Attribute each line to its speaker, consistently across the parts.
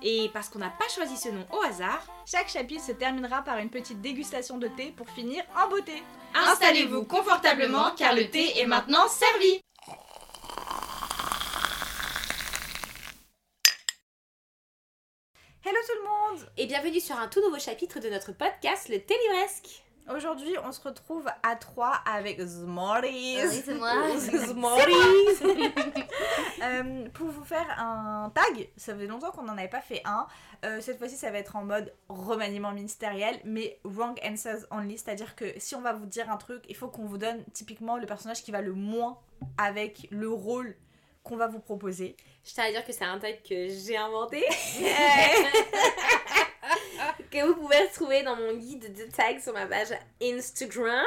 Speaker 1: Et parce qu'on n'a pas choisi ce nom au hasard,
Speaker 2: Chaque chapitre se terminera par une petite dégustation de thé pour finir en beauté.
Speaker 1: installez-vous confortablement car le thé est maintenant servi
Speaker 2: Hello tout le monde
Speaker 1: Et bienvenue sur un tout nouveau chapitre de notre podcast Le Télivresque
Speaker 2: Aujourd'hui, on se retrouve à trois avec Smarties.
Speaker 3: Oui, c'est moi.
Speaker 2: Smarties. Euh, pour vous faire un tag, ça faisait longtemps qu'on n'en avait pas fait un. Euh, cette fois-ci, ça va être en mode remaniement ministériel, mais wrong answers only, c'est-à-dire que si on va vous dire un truc, il faut qu'on vous donne typiquement le personnage qui va le moins avec le rôle qu'on va vous proposer.
Speaker 3: Je tiens à dire que c'est un tag que j'ai inventé. que vous pouvez retrouver dans mon guide de tags sur ma page Instagram.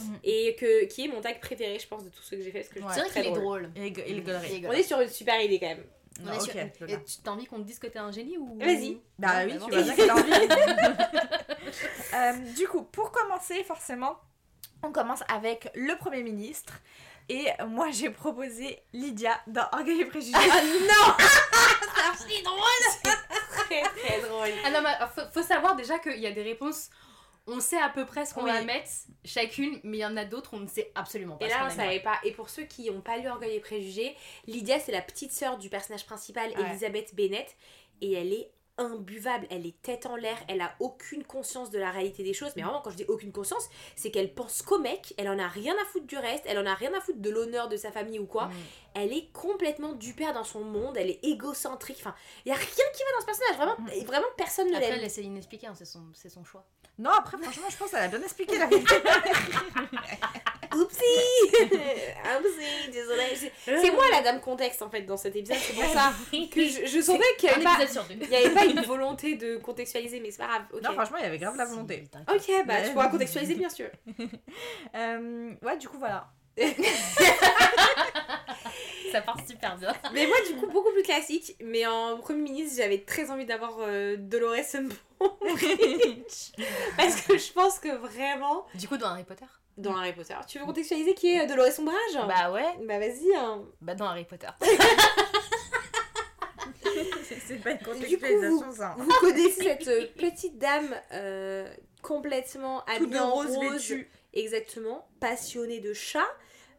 Speaker 2: Mhm.
Speaker 3: Et que, qui est mon tag préféré, je pense, de tous ceux que j'ai fait. Parce que
Speaker 2: Ouais.
Speaker 3: je
Speaker 2: C'est
Speaker 3: trouve
Speaker 4: C'est
Speaker 3: très
Speaker 4: vrai qu'il est
Speaker 3: drôle.
Speaker 4: drôle.
Speaker 2: Il est- il est gaulerie.
Speaker 3: On est sur une super idée quand même.
Speaker 4: On
Speaker 2: Ah,
Speaker 4: est
Speaker 2: ok,
Speaker 4: sur-
Speaker 2: Lola.
Speaker 4: Et tu t'as envie qu'on te dise que t'es un génie ou
Speaker 3: Vas-y.
Speaker 2: Bah oui,
Speaker 4: bah
Speaker 2: tu
Speaker 4: non.
Speaker 2: vois bien que t'as envie. Euh, du coup, pour commencer, forcément, on commence avec le Premier ministre. Et moi, j'ai proposé Lydia dans Orgueil et Préjugés.
Speaker 3: Très très drôle.
Speaker 4: Ah non, mais alors, faut, faut savoir déjà qu'il y a des réponses. On sait à peu près ce qu'on
Speaker 2: Oui.
Speaker 4: va mettre chacune, mais il y en a d'autres on ne sait absolument pas.
Speaker 3: Et
Speaker 4: ce
Speaker 3: là,
Speaker 4: qu'on
Speaker 3: on
Speaker 4: va
Speaker 3: savait pas. Et pour ceux qui n'ont pas lu Orgueil et Préjugés, Lydia, c'est la petite sœur du personnage principal,
Speaker 2: Ouais.
Speaker 3: Elisabeth Bennett. Et elle est imbuvable. Elle est tête en l'air. Elle a aucune conscience de la réalité des choses. Mais vraiment, quand je dis aucune conscience, c'est qu'elle pense qu'au mec. Elle en a rien à foutre du reste. Elle en a rien à foutre de l'honneur de sa famille ou quoi.
Speaker 4: mettre. Mm.
Speaker 3: Elle est complètement dupère dans son monde. Elle est égocentrique. Enfin, il y a rien qui va dans ce personnage. Vraiment,
Speaker 2: Mm.
Speaker 3: vraiment personne ne
Speaker 4: Après,
Speaker 3: l'aime.
Speaker 4: elle, c'est inexpliqué, hein, c'est son, c'est son choix.
Speaker 2: Non, après, franchement, je pense qu'elle a bien expliqué la vérité.
Speaker 3: Oupsie Oupsie, désolée. C'est- C'est moi la dame contexte en fait dans cet épisode. C'est pour ça que je, je sentais qu'il n'y
Speaker 4: Un
Speaker 3: avait, pas-
Speaker 4: épisode sur deux.
Speaker 3: il y avait pas une volonté de contextualiser, mais c'est pas grave. ok.
Speaker 2: Non, franchement, il y avait grave la
Speaker 4: Si,
Speaker 2: volonté.
Speaker 4: t'inquiète.
Speaker 3: Ok, bah
Speaker 2: Mais-
Speaker 3: tu pourras contextualiser bien sûr.
Speaker 2: Euh, ouais, du coup, voilà.
Speaker 4: Ça part super bien.
Speaker 3: Mais moi du coup beaucoup plus classique, mais en premier ministre j'avais très envie d'avoir euh, Dolores Umbridge parce que je pense que vraiment
Speaker 4: Du coup, dans Harry Potter
Speaker 3: dans Harry Potter, tu veux contextualiser qui est euh, Dolores Umbridge
Speaker 4: Bah ouais,
Speaker 3: Bah vas-y. hein.
Speaker 4: bah dans Harry Potter.
Speaker 2: C'est pas une
Speaker 3: contextualisation,
Speaker 2: ça.
Speaker 3: Vous connaissez cette euh, petite dame euh, complètement habillée en rose, exactement, passionnée de chat,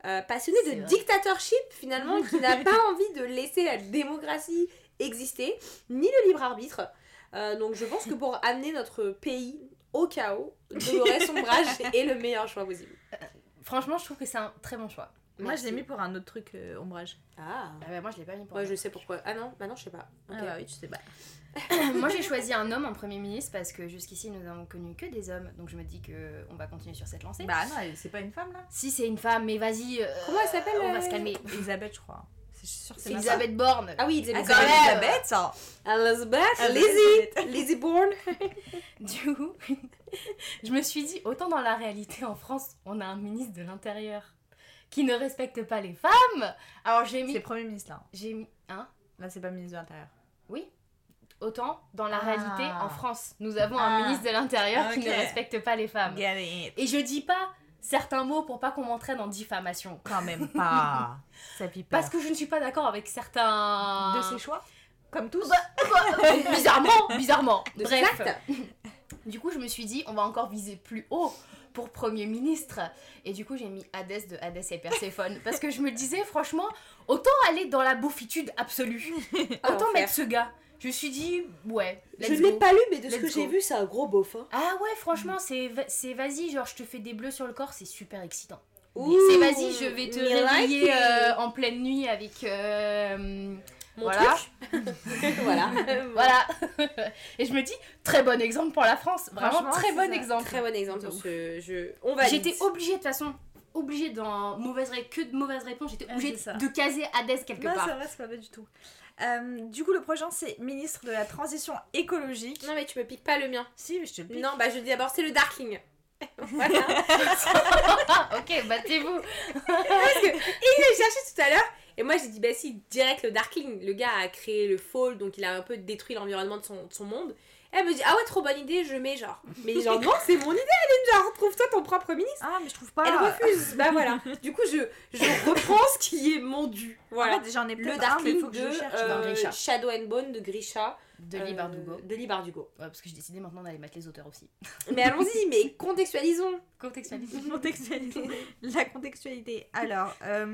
Speaker 3: euh, passionnée
Speaker 4: C'est
Speaker 3: de
Speaker 4: vrai.
Speaker 3: dictatorship finalement, qui n'a pas envie de laisser la démocratie exister, ni le libre arbitre. Euh, donc je pense que pour amener notre pays au chaos, Dolores Ombrage est le meilleur choix possible.
Speaker 4: Franchement, je trouve que c'est un très bon choix.
Speaker 2: Moi, je l'ai mis
Speaker 3: Merci.
Speaker 2: pour un autre truc, euh, ombrage.
Speaker 3: Ah.
Speaker 4: Ah bah moi, je l'ai pas mis pour
Speaker 3: Ouais,
Speaker 4: moi.
Speaker 3: je sais pourquoi. Ah non, maintenant je sais pas. Ok.
Speaker 2: Ah bah oui, tu sais pas.
Speaker 4: Moi j'ai choisi un homme en premier ministre parce que jusqu'ici nous n'avons connu que des hommes, donc je me dis que on va continuer sur cette lancée.
Speaker 2: Bah non, c'est pas une femme, là.
Speaker 4: Si c'est une femme, mais vas-y, euh,
Speaker 3: Comment elle s'appelle
Speaker 4: on va
Speaker 3: euh,
Speaker 4: se calmer.
Speaker 2: Elisabeth, je crois. C'est sûr que c'est
Speaker 4: C'est
Speaker 2: pas
Speaker 4: Elisabeth Borne.
Speaker 3: Ah oui,
Speaker 2: ça. Ah, c'est
Speaker 3: Elisabeth.
Speaker 4: Quand même.
Speaker 2: Elisabeth, hein. ça.
Speaker 3: Elizabeth,
Speaker 2: Elisabeth.
Speaker 3: Lizzie, Lizzie Bourne.
Speaker 4: Du coup, je me suis dit, autant dans la réalité en France, on a un ministre de l'Intérieur qui ne respecte pas les femmes. Alors j'ai
Speaker 2: C'est
Speaker 4: mis...
Speaker 2: Premier ministre, là.
Speaker 4: J'ai mis... Hein
Speaker 2: Là, c'est pas ministre de l'Intérieur.
Speaker 4: Oui Autant dans la
Speaker 2: Ah.
Speaker 4: réalité en France, nous avons
Speaker 2: Ah.
Speaker 4: un ministre de l'Intérieur qui ne
Speaker 2: Ok.
Speaker 4: respecte pas les
Speaker 3: Ah,
Speaker 4: femmes.
Speaker 2: Get it.
Speaker 4: Et je dis pas certains mots pour pas qu'on m'entraîne en diffamation.
Speaker 2: Quand même pas. ça pipe
Speaker 4: Parce que je ne suis pas d'accord avec certains...
Speaker 2: de ses choix, Bah, comme tous.
Speaker 4: bizarrement, bizarrement.
Speaker 3: De
Speaker 4: Bref.
Speaker 3: Slack.
Speaker 4: Du coup, je me suis dit, on va encore viser plus haut pour Premier ministre. Et du coup, j'ai mis Hadès de Hadès et Perséphone. parce que je me disais, franchement, autant aller dans la beaufitude absolue.
Speaker 3: Ah,
Speaker 4: Autant
Speaker 3: l'enfer.
Speaker 4: mettre ce gars. Je me suis dit, ouais,
Speaker 3: Je ne
Speaker 4: let's go.
Speaker 3: l'ai pas lu, mais de ce
Speaker 4: Let's
Speaker 3: que j'ai
Speaker 4: go.
Speaker 3: vu, c'est un gros beauf. hein.
Speaker 4: Ah ouais, franchement, c'est va- c'est vas-y, genre je te fais des bleus sur le corps, c'est super excitant.
Speaker 3: Ouh,
Speaker 4: C'est vas-y, je vais te
Speaker 3: mais
Speaker 4: réveiller
Speaker 3: like.
Speaker 4: euh, en pleine nuit avec... euh,
Speaker 3: Mon
Speaker 4: voilà.
Speaker 3: truc. voilà.
Speaker 4: Voilà. et je me dis, très bon
Speaker 3: Ah,
Speaker 4: exemple pour la France. Vraiment
Speaker 2: Franchement,
Speaker 4: très
Speaker 2: c'est
Speaker 4: bon
Speaker 2: ça.
Speaker 4: exemple.
Speaker 3: Très bon exemple sur ce jeu. On va
Speaker 4: J'étais obligée de toute façon obligée dans mauvaise ré- que de mauvaises réponses, j'étais
Speaker 2: Ah,
Speaker 4: obligée
Speaker 2: c'est ça.
Speaker 4: de caser Hadès quelque
Speaker 2: Non,
Speaker 4: part.
Speaker 2: c'est vrai, bah, c'est pas bête du tout. Euh, du coup, le prochain, c'est ministre de la transition écologique.
Speaker 3: Non, mais tu me piques pas le mien.
Speaker 2: Si, mais je te le pique.
Speaker 3: Non, bah je dis d'abord c'est le Darkling. voilà.
Speaker 4: Ah, ok, battez-vous.
Speaker 3: Il a cherché tout à l'heure. Et moi j'ai dit bah si, direct le Darkling. Le gars a créé le Fall, donc il a un peu détruit l'environnement de son, de son monde. Et elle me dit ah ouais, trop bonne idée, je mets genre. Mais genre non, c'est mon idée, Aline, genre trouve-toi ton propre ministre.
Speaker 2: Ah, mais je trouve pas.
Speaker 3: Elle refuse. bah voilà. Du coup je, je reprends ce qui est mon dû. Voilà.
Speaker 2: En fait, j'en ai
Speaker 3: le
Speaker 2: peut-être un, mais
Speaker 3: Darkling
Speaker 2: faut que
Speaker 3: de
Speaker 2: je cherche.
Speaker 3: euh,
Speaker 4: dans Grisha.
Speaker 3: Shadow and Bone de Grisha.
Speaker 4: De Lee
Speaker 3: euh,
Speaker 4: Bardugo.
Speaker 3: De Lee Bardugo.
Speaker 4: Ouais, parce que j'ai décidé maintenant d'aller mettre les auteurs aussi.
Speaker 3: Mais allons-y, mais contextualisons.
Speaker 4: Contextualisé.
Speaker 2: Contextualité. La contextualité. Alors, euh,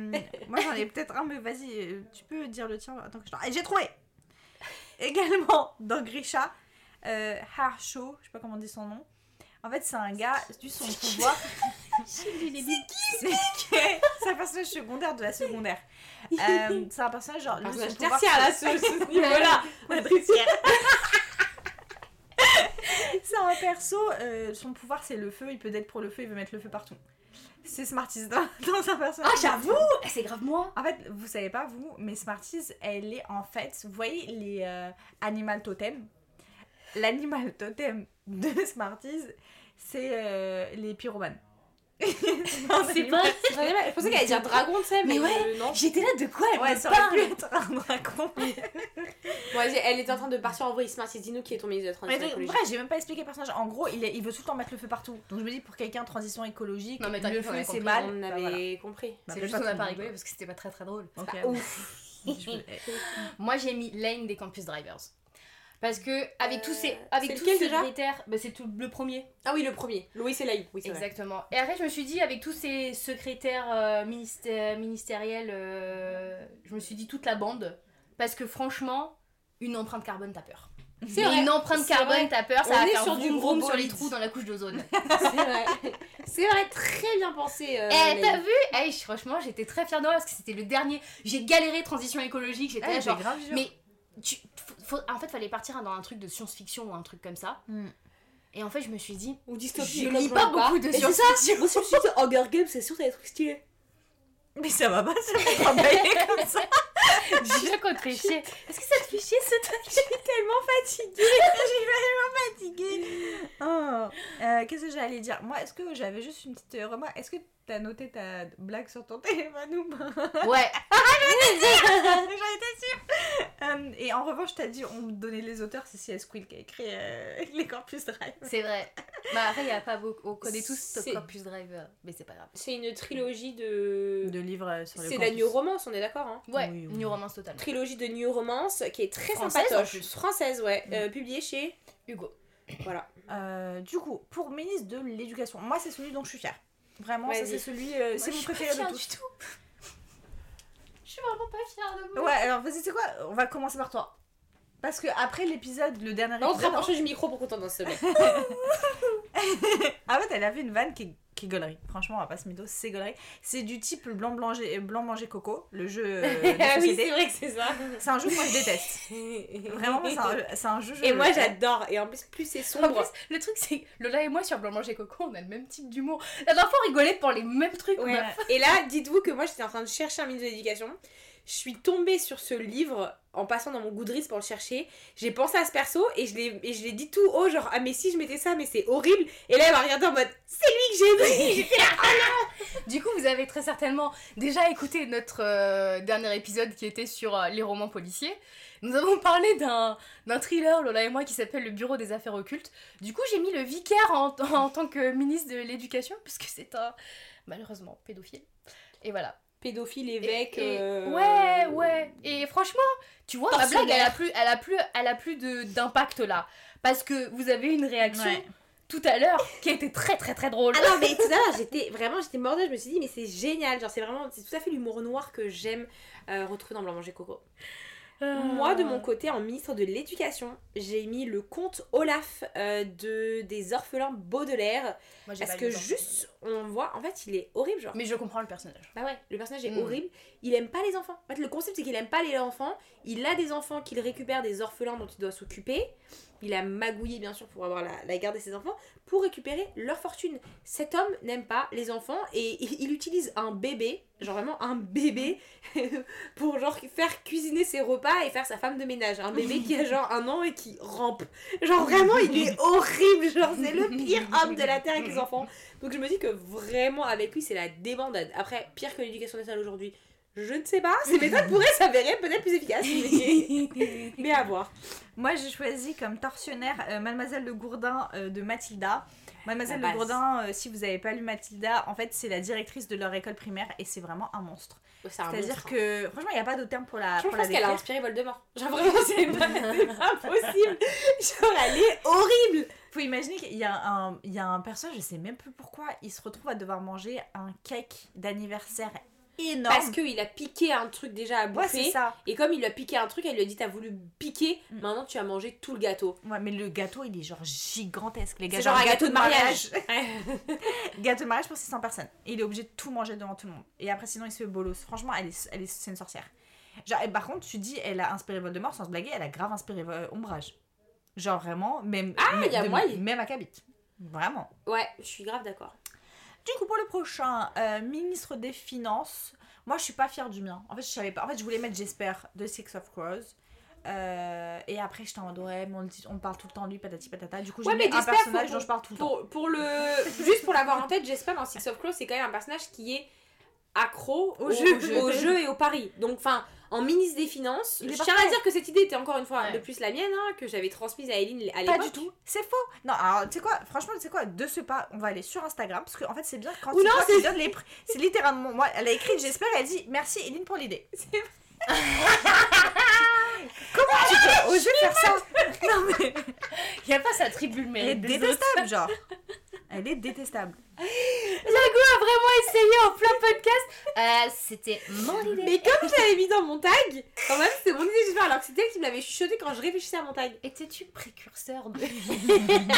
Speaker 2: moi j'en ai peut-être un, mais vas-y, euh, tu peux dire le tien. Attends que je t'en- Ah, J'ai trouvé Également dans Grisha, euh, Harsho, je sais pas comment on dit son nom. En fait, c'est un gars, du son pouvoir. C'est qui C'est un personnage secondaire de la secondaire. Euh, c'est un personnage genre. lui, son
Speaker 3: Personnage
Speaker 2: pouvoir,
Speaker 3: tertiaire là, ce, ce niveau-là.
Speaker 2: Quadricière. c'est un perso, euh, son pouvoir c'est le feu, il peut être pour le feu, il veut mettre le feu partout. C'est Smarties dans, dans un personnage.
Speaker 4: Ah, j'avoue Ah, C'est grave moi
Speaker 2: En fait, vous savez pas vous, mais Smarties, elle est en fait, vous voyez les euh, animal totems L'animal totem de Smarties, c'est euh, les pyromanes.
Speaker 4: Oh, C'est pas
Speaker 3: C'est vraiment- Je pensais qu'elle allait dire dragon, tu sais, mais,
Speaker 4: Mais ouais.
Speaker 3: euh, non.
Speaker 4: J'étais là de quoi elle
Speaker 2: Ouais,
Speaker 4: me
Speaker 2: ça
Speaker 4: parle
Speaker 2: aurait pu être un dragon.
Speaker 3: Bon, vas-y, elle était en train de partir en vrille, Smart, c'est dis-nous qui est ton ministre de la
Speaker 2: Mais
Speaker 3: transition
Speaker 2: donc,
Speaker 3: écologique.
Speaker 2: bref, j'ai même pas expliqué le personnage. En gros, il, est- il veut tout le temps mettre le feu partout. Donc je me dis, pour quelqu'un, transition écologique,
Speaker 4: Non, mais
Speaker 2: le
Speaker 4: t'inquiète, on
Speaker 2: feu
Speaker 4: avait
Speaker 2: c'est
Speaker 4: compris,
Speaker 2: mal.
Speaker 3: On
Speaker 2: Bah,
Speaker 3: avait
Speaker 2: voilà.
Speaker 3: compris.
Speaker 2: Bah,
Speaker 4: C'est
Speaker 2: peut-être
Speaker 4: juste qu'on
Speaker 2: pas
Speaker 4: a
Speaker 2: tout
Speaker 4: pas
Speaker 2: le
Speaker 4: rigolé Ah,
Speaker 2: monde.
Speaker 4: parce que c'était pas très très drôle.
Speaker 2: Ok. Eh,
Speaker 4: Moi j'ai mis Lane des Campus Drivers. Parce que avec
Speaker 3: Euh,
Speaker 4: tous ces
Speaker 3: c'est
Speaker 4: avec tous
Speaker 3: lequel,
Speaker 4: ces
Speaker 3: déjà
Speaker 4: critères, bah, c'est tout le premier.
Speaker 3: Ah oui, le premier. Louis et Laï. Oui, c'est vrai.
Speaker 4: Exactement. Et après, je me suis dit, avec tous ces secrétaires euh, ministé- ministériels, euh, je me suis dit toute la bande. Parce que franchement, une empreinte carbone, t'as peur.
Speaker 3: C'est
Speaker 4: Mais
Speaker 3: vrai.
Speaker 4: Une empreinte
Speaker 3: C'est
Speaker 4: carbone,
Speaker 3: vrai.
Speaker 4: t'as peur, ça
Speaker 3: On
Speaker 4: va
Speaker 3: est
Speaker 4: faire
Speaker 3: sur du
Speaker 4: vroom
Speaker 3: gros
Speaker 4: vroom sur les
Speaker 3: bolide.
Speaker 4: trous dans la couche d'ozone.
Speaker 3: C'est vrai. C'est vrai, très bien pensé. euh,
Speaker 4: Eh, t'as
Speaker 3: Laï.
Speaker 4: vu Eh, je- franchement, j'étais très fière de moi parce que c'était le dernier. J'ai galéré transition écologique, j'étais là,
Speaker 2: Eh,
Speaker 4: genre,
Speaker 2: j'ai grave vu.
Speaker 4: Mais tu, faut- en fait, fallait partir dans un truc de science-fiction ou un truc comme ça.
Speaker 2: Hmm.
Speaker 4: Et en fait, je me suis dit,
Speaker 3: Ou dystopie.
Speaker 4: Je
Speaker 3: comme
Speaker 4: lis
Speaker 3: on
Speaker 4: pas
Speaker 3: l'aime
Speaker 4: beaucoup de
Speaker 3: Mais c'est
Speaker 4: science
Speaker 3: ça. Moi, si je me suis dit, oh, Hunger Games, c'est sûr, t'as des trucs stylés.
Speaker 2: Mais ça va pas, ça va travailler comme ça.
Speaker 4: j'ai compris. Est-ce que ça te fait chier ce truc
Speaker 2: Tellement fatiguée. j'ai vraiment fatiguée. Oh. Euh, Qu'est-ce que j'allais dire Moi, est-ce que j'avais juste une petite euh, remarque Est-ce que t'as noté ta blague sur ton téléphone ou pas
Speaker 4: Ouais,
Speaker 2: J'en étais sûre Euh, Et en revanche, t'as dit, on me donnait les auteurs, c'est C.S. Quill qui a écrit euh, les Corpus Drive.
Speaker 4: c'est vrai. Bah après, il y a pas beaucoup. On connaît tous
Speaker 3: C'est-
Speaker 4: le Corpus Driver, mais c'est pas grave.
Speaker 3: C'est une trilogie de.
Speaker 2: livres euh, sur
Speaker 3: C'est la New Romance, on est d'accord, hein
Speaker 4: Ouais,
Speaker 2: Oui, oui.
Speaker 4: New Romance totalement.
Speaker 3: Trilogie de New Romance qui est très
Speaker 4: Française, en
Speaker 3: sympatoche.
Speaker 4: plus.
Speaker 3: Française, ouais. Euh, publiée chez.
Speaker 4: Hugo.
Speaker 3: Voilà.
Speaker 2: Euh, du coup, pour ministre de l'éducation, moi c'est celui dont je suis fière. Vraiment, ça
Speaker 3: Vas-y.
Speaker 2: c'est celui, euh, c'est mon
Speaker 4: Moi, je suis pas
Speaker 2: préféré de
Speaker 4: fière
Speaker 2: tous.
Speaker 4: du tout. Je suis vraiment pas fière de moi.
Speaker 2: Ouais, alors vas-y, c'est quoi On va commencer par toi. Parce que après l'épisode, le dernier
Speaker 3: On te
Speaker 2: épisode.
Speaker 3: rapproche du micro pour qu'on t'entende ce mec.
Speaker 2: En fait, elle avait une vanne qui est, qui est gaulerie. Franchement, on va pas se mytho, c'est gaulerie. C'est du type le blanc, blanger- blanc manger coco, le jeu euh, de
Speaker 3: Ah oui, c'est
Speaker 2: société.
Speaker 3: vrai que c'est ça.
Speaker 2: c'est un jeu que moi je déteste. Vraiment, moi, c'est un, jeu- c'est un jeu. je
Speaker 3: Et
Speaker 2: le
Speaker 3: moi
Speaker 2: fais.
Speaker 3: j'adore. Et en plus, plus c'est
Speaker 4: En
Speaker 3: sombre.
Speaker 4: plus, le truc c'est que Lola et moi sur Blanc Manger Coco, on a le même type d'humour. La dernière fois, on rigolait pour les mêmes trucs.
Speaker 3: Ouais.
Speaker 4: on a
Speaker 3: Et là, dites-vous que moi j'étais en train de chercher un ministre de l'éducation. Je suis tombée sur ce livre en passant dans mon Goodreads pour le chercher. J'ai pensé à ce perso et je l'ai et je l'ai dit tout haut genre ah mais si je mettais ça mais c'est horrible. Et là elle m'a regardé en mode c'est lui que j'ai aimé.
Speaker 4: Du coup, vous avez très certainement déjà écouté notre euh, dernier épisode qui était sur euh, les romans policiers. Nous avons parlé d'un d'un thriller, Lola et moi, qui s'appelle Le Bureau des Affaires Occultes. Du coup, j'ai mis le vicaire en, en tant que ministre de l'Éducation, puisque c'est un, malheureusement, pédophile. Et voilà.
Speaker 3: Pédophile
Speaker 4: Et-
Speaker 3: évêque.
Speaker 4: et-
Speaker 3: euh,
Speaker 4: Ouais, ouais. Et franchement, tu vois, ma
Speaker 3: Tortionnaire.
Speaker 4: blague, elle a plus, elle a plus, elle a plus de- d'impact là. Parce que vous avez eu une réaction
Speaker 2: Ouais.
Speaker 4: tout à l'heure qui a été très très très drôle.
Speaker 3: Ah non mais tout à l'heure j'étais vraiment j'étais mordue. Je me suis dit mais c'est génial. Genre c'est vraiment c'est tout à fait l'humour noir que j'aime euh, retrouver dans Blanc Manger Coco.
Speaker 4: Euh,
Speaker 3: Moi, de mon côté, en ministre de l'Éducation, j'ai mis le comte Olaf euh, de, des orphelins Baudelaire.
Speaker 4: Moi, j'ai
Speaker 3: Parce
Speaker 4: pas
Speaker 3: que
Speaker 4: lu dans-
Speaker 3: juste, on voit, en fait, il est horrible, genre.
Speaker 4: Mais je comprends le personnage.
Speaker 3: Bah ouais, le personnage est
Speaker 4: Mm.
Speaker 3: horrible. Il aime pas les enfants. En fait, le concept, c'est qu'il aime pas les enfants. Il a des enfants qu'il récupère des orphelins dont il doit s'occuper. Il a magouillé, bien sûr, pour avoir la, la garde de ses enfants, pour récupérer leur fortune. Cet homme n'aime pas les enfants et il, il utilise un bébé, genre vraiment un bébé, pour genre faire cuisiner ses repas et faire sa femme de ménage. Un bébé qui a genre un an et qui rampe. Genre vraiment, il est horrible. Genre, c'est le pire homme de la Terre avec les enfants. Donc je me dis que vraiment, avec lui, c'est la débandade. Après, pire que l'éducation nationale aujourd'hui. Je ne sais pas, ces méthodes pourraient s'avérer peut-être plus efficaces, mais, mais à voir.
Speaker 2: Moi, j'ai choisi comme tortionnaire euh, Mademoiselle de Gourdin euh, de Mathilda. Mademoiselle
Speaker 3: La
Speaker 2: de
Speaker 3: base.
Speaker 2: Gourdin, euh, si vous n'avez pas lu Mathilda, en fait, c'est la directrice de leur école primaire et c'est vraiment un monstre. C'est-à-dire que, franchement, il n'y a pas de terme pour la,
Speaker 3: Je
Speaker 2: pour la
Speaker 3: pense qu'elle a
Speaker 2: décrire.
Speaker 3: inspiré Voldemort. Genre vraiment, c'est pas, c'est pas possible. Genre elle est horrible.
Speaker 2: Faut imaginer qu'il y, a un- il y a un personnage, je sais même plus pourquoi, il se retrouve à devoir manger un cake d'anniversaire énorme.
Speaker 3: Parce qu'il a piqué un truc déjà à
Speaker 2: Ouais, c'est
Speaker 3: bouffer.
Speaker 2: ça.
Speaker 3: et comme il lui a piqué un truc, elle lui a dit T'as voulu piquer,
Speaker 2: Mm.
Speaker 3: maintenant tu as mangé tout le gâteau.
Speaker 2: Ouais, mais le gâteau, il est genre gigantesque, les gars.
Speaker 3: C'est genre un gâteau de mariage.
Speaker 2: Gâteau de mariage pour 600 personnes. Et il est obligé de tout manger devant tout le monde. Et après, sinon, il se fait bolos. Franchement, elle est, elle est, c'est une sorcière. Genre, et par contre, tu dis, elle a inspiré Voldemort, sans se blaguer, elle a grave inspiré euh, Ombrage. Genre, vraiment, même.
Speaker 3: Ah,
Speaker 2: même-
Speaker 3: y a
Speaker 2: de-
Speaker 3: moyen.
Speaker 2: Même à Cabit. Vraiment.
Speaker 3: ouais, je suis grave d'accord.
Speaker 2: Du coup, pour le prochain, euh, ministre des Finances, moi, je suis pas fière du mien. En fait, je savais pas. En fait, je voulais mettre, j'espère, de Six of Crows. Euh, et après, je t'en adorais, mais on, le dit- on parle tout le temps de lui, patati patata. Du coup, j'ai
Speaker 3: Ouais, mais
Speaker 2: mis un
Speaker 3: Jesper,
Speaker 2: personnage
Speaker 3: faut-
Speaker 2: dont je parle tout le temps.
Speaker 3: Pour, pour le. Juste pour l'avoir en tête, Jesper dans Six of Crows, c'est quand même un personnage qui est accro
Speaker 2: Au
Speaker 3: au,
Speaker 2: jeu.
Speaker 3: jeu. au jeu et au pari. Donc, enfin, en ministre des Finances,
Speaker 2: Il est
Speaker 3: je tiens à
Speaker 2: parfait.
Speaker 3: dire que cette idée était encore une fois
Speaker 4: Ouais.
Speaker 3: de plus la mienne, hein, que j'avais transmise à Eileen à
Speaker 2: Pas
Speaker 3: l'époque.
Speaker 2: du tout, c'est faux. Non, alors tu sais quoi, franchement, tu sais quoi, de ce pas, on va aller sur Instagram parce que en fait, c'est bien quand
Speaker 3: Ou
Speaker 2: c'est
Speaker 3: non,
Speaker 2: toi qui
Speaker 3: c'est-
Speaker 2: donnes les prix. C'est littéralement moi, elle a écrit, j'espère, elle a dit merci Eline pour l'idée.
Speaker 3: C'est
Speaker 2: vrai. Comment tu peux oser faire ça Non mais
Speaker 4: Il n'y a pas sa tribu le
Speaker 2: elle est
Speaker 4: mérite des autres.
Speaker 2: détestable, genre. Elle est détestable.
Speaker 4: Lago a vraiment essayé en plein podcast. Euh, c'était mon idée.
Speaker 3: Mais comme je l'avais mis dans mon tag, quand même, c'est mon idée de faire, alors que c'était elle qui me l'avait chuchoté quand je réfléchissais à mon tag.
Speaker 4: Étais-tu précurseur de...
Speaker 3: Non,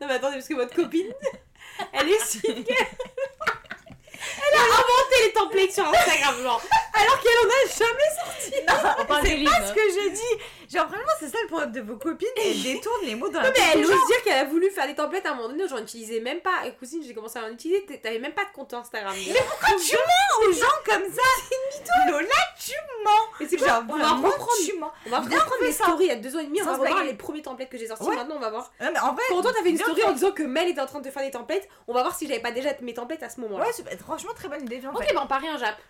Speaker 3: mais attendez, parce que votre copine, elle est super. Elle a inventé les templates sur Instagram, genre. Alors qu'elle en a jamais.
Speaker 4: On parle
Speaker 2: C'est
Speaker 4: des
Speaker 2: pas ce
Speaker 4: livres.
Speaker 2: que j'ai dit. Genre vraiment, c'est ça le problème de vos copines, elles détournent les mots dans la
Speaker 3: Mais
Speaker 2: tête
Speaker 3: elle
Speaker 2: des gens.
Speaker 3: ose dire qu'elle a voulu faire des templates à un moment donné, j'en utilisais même pas. Et cousine, j'ai commencé à en utiliser, t'- t'avais même pas de compte Instagram. déjà.
Speaker 2: Tu mens aux gens comme ça. Lola, tu mens.
Speaker 3: Mais c'est quoi
Speaker 2: Genre
Speaker 3: On va
Speaker 2: vraiment,
Speaker 3: reprendre.
Speaker 2: tu mens.
Speaker 3: On va
Speaker 2: Viens,
Speaker 3: reprendre
Speaker 2: on fait
Speaker 3: mes
Speaker 2: ça.
Speaker 3: stories il y a deux ans et demi, on
Speaker 2: Sans
Speaker 3: va
Speaker 2: se
Speaker 3: revoir
Speaker 2: blaguer.
Speaker 3: les premiers templates que j'ai sortis.
Speaker 2: Ouais.
Speaker 3: Maintenant, on va voir.
Speaker 2: Non mais en vrai,
Speaker 3: Quand toi t'avais une
Speaker 2: Bien
Speaker 3: story
Speaker 2: fait.
Speaker 3: en disant que Mel était en train de faire des templates, on va voir si j'avais pas déjà mes templates à ce moment-là.
Speaker 2: Ouais, c'est- franchement, très bonne idée. viens, on
Speaker 3: Ok,
Speaker 2: fait.
Speaker 3: bah on parie un Jap.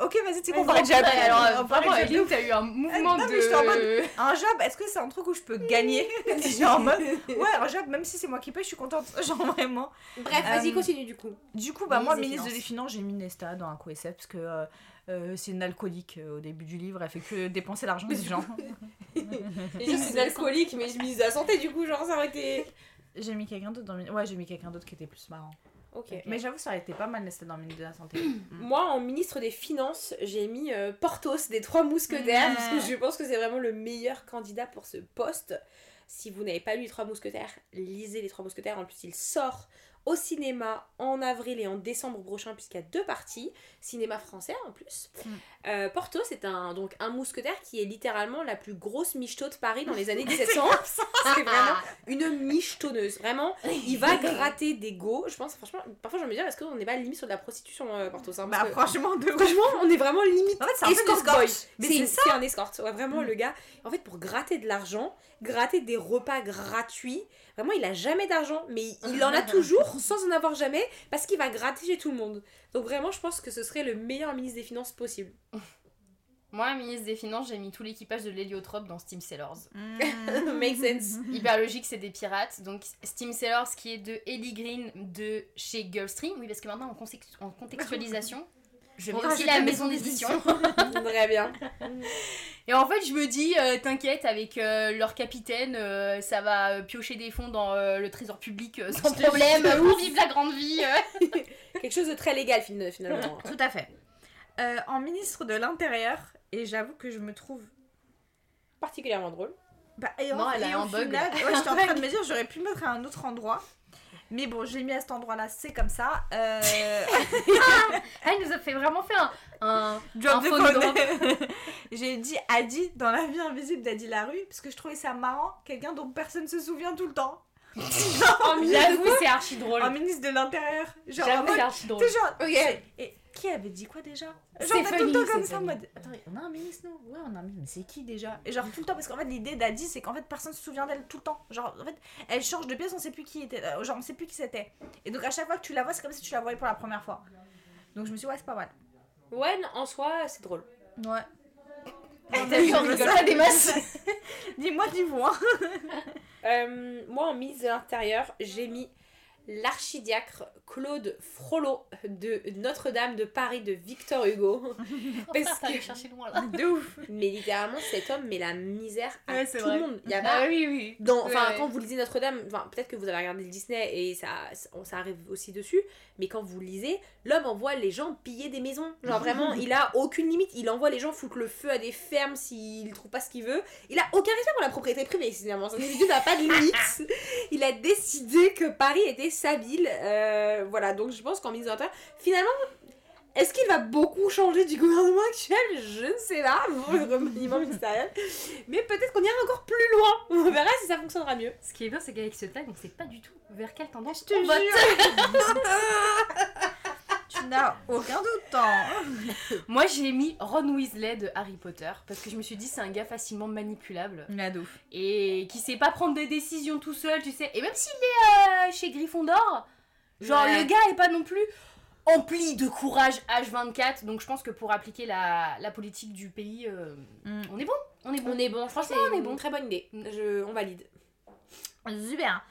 Speaker 2: Ok, vas-y, tu sais
Speaker 4: On
Speaker 2: qu'on
Speaker 4: parlait
Speaker 2: parlait de
Speaker 4: de
Speaker 2: job.
Speaker 4: Jap. Alors, euh,
Speaker 2: on parlait
Speaker 4: vraiment,
Speaker 2: de job.
Speaker 4: Eline, t'as eu un mouvement
Speaker 2: non, mais j'étais en
Speaker 4: de...
Speaker 2: Un job, est-ce que c'est un truc où je peux gagner Genre en mode, ouais, un job, même si c'est moi qui paye, je suis contente. Genre vraiment.
Speaker 3: Bref, vas-y,
Speaker 2: Euh,
Speaker 3: continue du coup.
Speaker 2: Du coup, bah, moi,
Speaker 4: Ministre des
Speaker 2: ministre des
Speaker 4: Finances.
Speaker 2: Finances, j'ai mis Nesta dans un coessep parce que euh, euh, c'est une alcoolique euh, au début du livre. Elle fait que dépenser l'argent des gens.
Speaker 3: Je suis une alcoolique, mais je mise de la santé du coup, genre ça aurait été.
Speaker 2: J'ai mis quelqu'un d'autre dans Mine- Ouais, j'ai mis quelqu'un d'autre qui était plus marrant.
Speaker 3: Ok. bah,
Speaker 2: Mais j'avoue, ça aurait été pas mal Nesta dans Minute de la Santé. Mm.
Speaker 3: Moi, en ministre des Finances, j'ai mis euh, Porthos des Trois Mousquetaires,
Speaker 2: Mmh.
Speaker 3: parce que je pense que c'est vraiment le meilleur candidat pour ce poste. Si vous n'avez pas lu Les Trois Mousquetaires, lisez Les Trois Mousquetaires. En plus, il sort au cinéma en avril et en décembre prochain, puisqu'il y a deux parties. Cinéma français en plus.
Speaker 2: Mmh.
Speaker 3: Euh, Porthos est un, donc, un mousquetaire qui est littéralement la plus grosse michto de Paris dans les années 1700. c'est vraiment une michetonneuse. Vraiment, il va gratter des gos. Je pense, franchement, parfois j'ai envie de dire, est-ce qu'on n'est pas limite sur de la prostitution, euh, Porthos hein, parce
Speaker 2: Bah,
Speaker 3: que-
Speaker 2: franchement, de ouf.
Speaker 3: Franchement, on est vraiment limite.
Speaker 2: En fait, c'est un peu
Speaker 3: escort
Speaker 2: l'escorte.
Speaker 3: boy.
Speaker 2: Mais
Speaker 3: C'est
Speaker 2: c'est
Speaker 3: une- c'est un escort. Ouais, vraiment,
Speaker 2: Mm.
Speaker 3: le gars, en fait, pour gratter de l'argent, gratter des repas gratuits, vraiment, il a jamais d'argent, mais il- il en a toujours sans en avoir jamais parce qu'il va gratter chez tout le monde. Donc, vraiment, je pense que ce serait le meilleur ministre des Finances possible.
Speaker 4: Moi, ministre des Finances, j'ai mis tout l'équipage de l'héliotrope dans Steam Sailors.
Speaker 2: Mm.
Speaker 3: Make sense.
Speaker 4: Hyper logique, c'est des pirates. Donc Steam Sailors qui est de Ellie Green de chez Gulfstream. Oui, parce que maintenant en, conse- en contextualisation, je
Speaker 2: On
Speaker 4: mets aussi
Speaker 2: rajoute
Speaker 4: Oh, la
Speaker 2: la
Speaker 4: maison
Speaker 2: maison
Speaker 4: d'édition.
Speaker 3: Très bien.
Speaker 4: Et en fait, je me dis, euh, t'inquiète, avec euh, leur capitaine, euh, ça va euh, piocher des fonds dans euh, le trésor public euh, sans problème pour vivre la grande vie. euh.
Speaker 3: Quelque chose de très légal, fin- finalement.
Speaker 2: Tout à fait. Euh, en ministre de l'Intérieur, et j'avoue que je me trouve.
Speaker 3: Particulièrement drôle.
Speaker 2: Bah, et
Speaker 4: Non, elle
Speaker 2: et
Speaker 4: a
Speaker 2: au
Speaker 4: un bug,
Speaker 2: final- Ouais, j'étais en train de me dire, j'aurais pu mettre à un autre endroit. Mais bon, je l'ai mis à cet endroit-là, c'est comme ça. Euh,
Speaker 4: Elle nous a fait vraiment fait un, un-
Speaker 2: Drop
Speaker 4: Un
Speaker 2: de
Speaker 4: phone
Speaker 2: phone. J'ai dit Adi dans La vie invisible d'Adi Larue parce que je trouvais ça marrant, quelqu'un dont personne se souvient tout le temps. Genre,
Speaker 4: Oh, J'avoue, c'est archi drôle.
Speaker 2: un ministre de l'Intérieur. Genre, en
Speaker 4: Oh, J'avoue,
Speaker 2: mode,
Speaker 4: c'est archi drôle.
Speaker 2: c'est genre.
Speaker 3: Ok.
Speaker 2: c'est- Et qui avait dit quoi déjà Genre,
Speaker 4: C'est
Speaker 2: t'as tout le
Speaker 4: funny,
Speaker 2: temps comme
Speaker 4: c'est
Speaker 2: ça en
Speaker 4: funny.
Speaker 2: mode. Attends, on a un ministre, non Ouais, on a un ministre, mais c'est qui déjà Et genre, tout le temps, parce qu'en fait, l'idée d'Adi, c'est qu'en fait, personne se souvient d'elle tout le temps. Genre, en fait, elle change de pièce, on sait plus qui était. euh, Genre, on sait plus qui c'était. Et donc, à chaque fois que tu la vois, c'est comme si tu la voyais pour la première fois. Donc, je me suis dit, ouais, c'est pas mal.
Speaker 3: Ouais, non, en soi, c'est drôle.
Speaker 2: Ouais.
Speaker 4: T'as vu, on rigole pas des masses.
Speaker 2: Dis-moi, hein. dis-moi.
Speaker 3: Euh, moi, en mise de l'intérieur, j'ai mis l'archidiacre Claude Frollo de Notre-Dame de Paris de Victor Hugo.
Speaker 4: Parce
Speaker 3: que-
Speaker 4: que chercher loin là.
Speaker 2: De ouf.
Speaker 3: mais littéralement, cet homme met la misère à
Speaker 4: Ouais,
Speaker 3: tout
Speaker 4: c'est vrai.
Speaker 3: le monde. Il y a pas-
Speaker 4: Ah oui, oui.
Speaker 3: Dans- enfin,
Speaker 4: Ouais.
Speaker 3: quand vous lisez Notre-Dame, enfin, peut-être que vous avez regardé le Disney et ça, on- ça arrive aussi dessus, mais quand vous lisez, l'homme envoie les gens piller des maisons. Genre vraiment, il a aucune limite. Il envoie les gens foutre le feu à des fermes s'il trouve pas ce qu'il veut. Il a aucun respect pour la propriété privée, finalement. Cet individu n'a pas de limite. Il a décidé que Paris était sa ville. Euh, voilà, donc je pense qu'en mise en terre, finalement. Est-ce qu'il va beaucoup changer du gouvernement actuel Je ne sais pas, bon, le remaniement ministériel. Mais peut-être qu'on ira encore plus loin. On verra si ça fonctionnera mieux.
Speaker 4: Ce qui est bien, c'est qu'avec ce tag, on sait pas du tout vers quelle tendance
Speaker 2: Je te
Speaker 4: on vote.
Speaker 2: Tu n'as aucun doute. hein.
Speaker 4: Moi, j'ai mis Ron Weasley de Harry Potter parce que je me suis dit c'est un gars facilement manipulable
Speaker 2: Mais de ouf.
Speaker 4: et qui sait pas prendre des décisions tout seul, tu sais. Et même s'il est euh, chez Gryffondor, genre
Speaker 2: Ouais.
Speaker 4: le gars est pas non plus empli de courage H24. Donc je pense que pour appliquer la, la politique du pays, euh,
Speaker 2: Mm.
Speaker 4: on est bon, on est bon.
Speaker 3: On est bon, franchement,
Speaker 4: C'est
Speaker 3: on est
Speaker 4: une
Speaker 3: bon. Très bonne idée. Je, on valide.
Speaker 2: Super.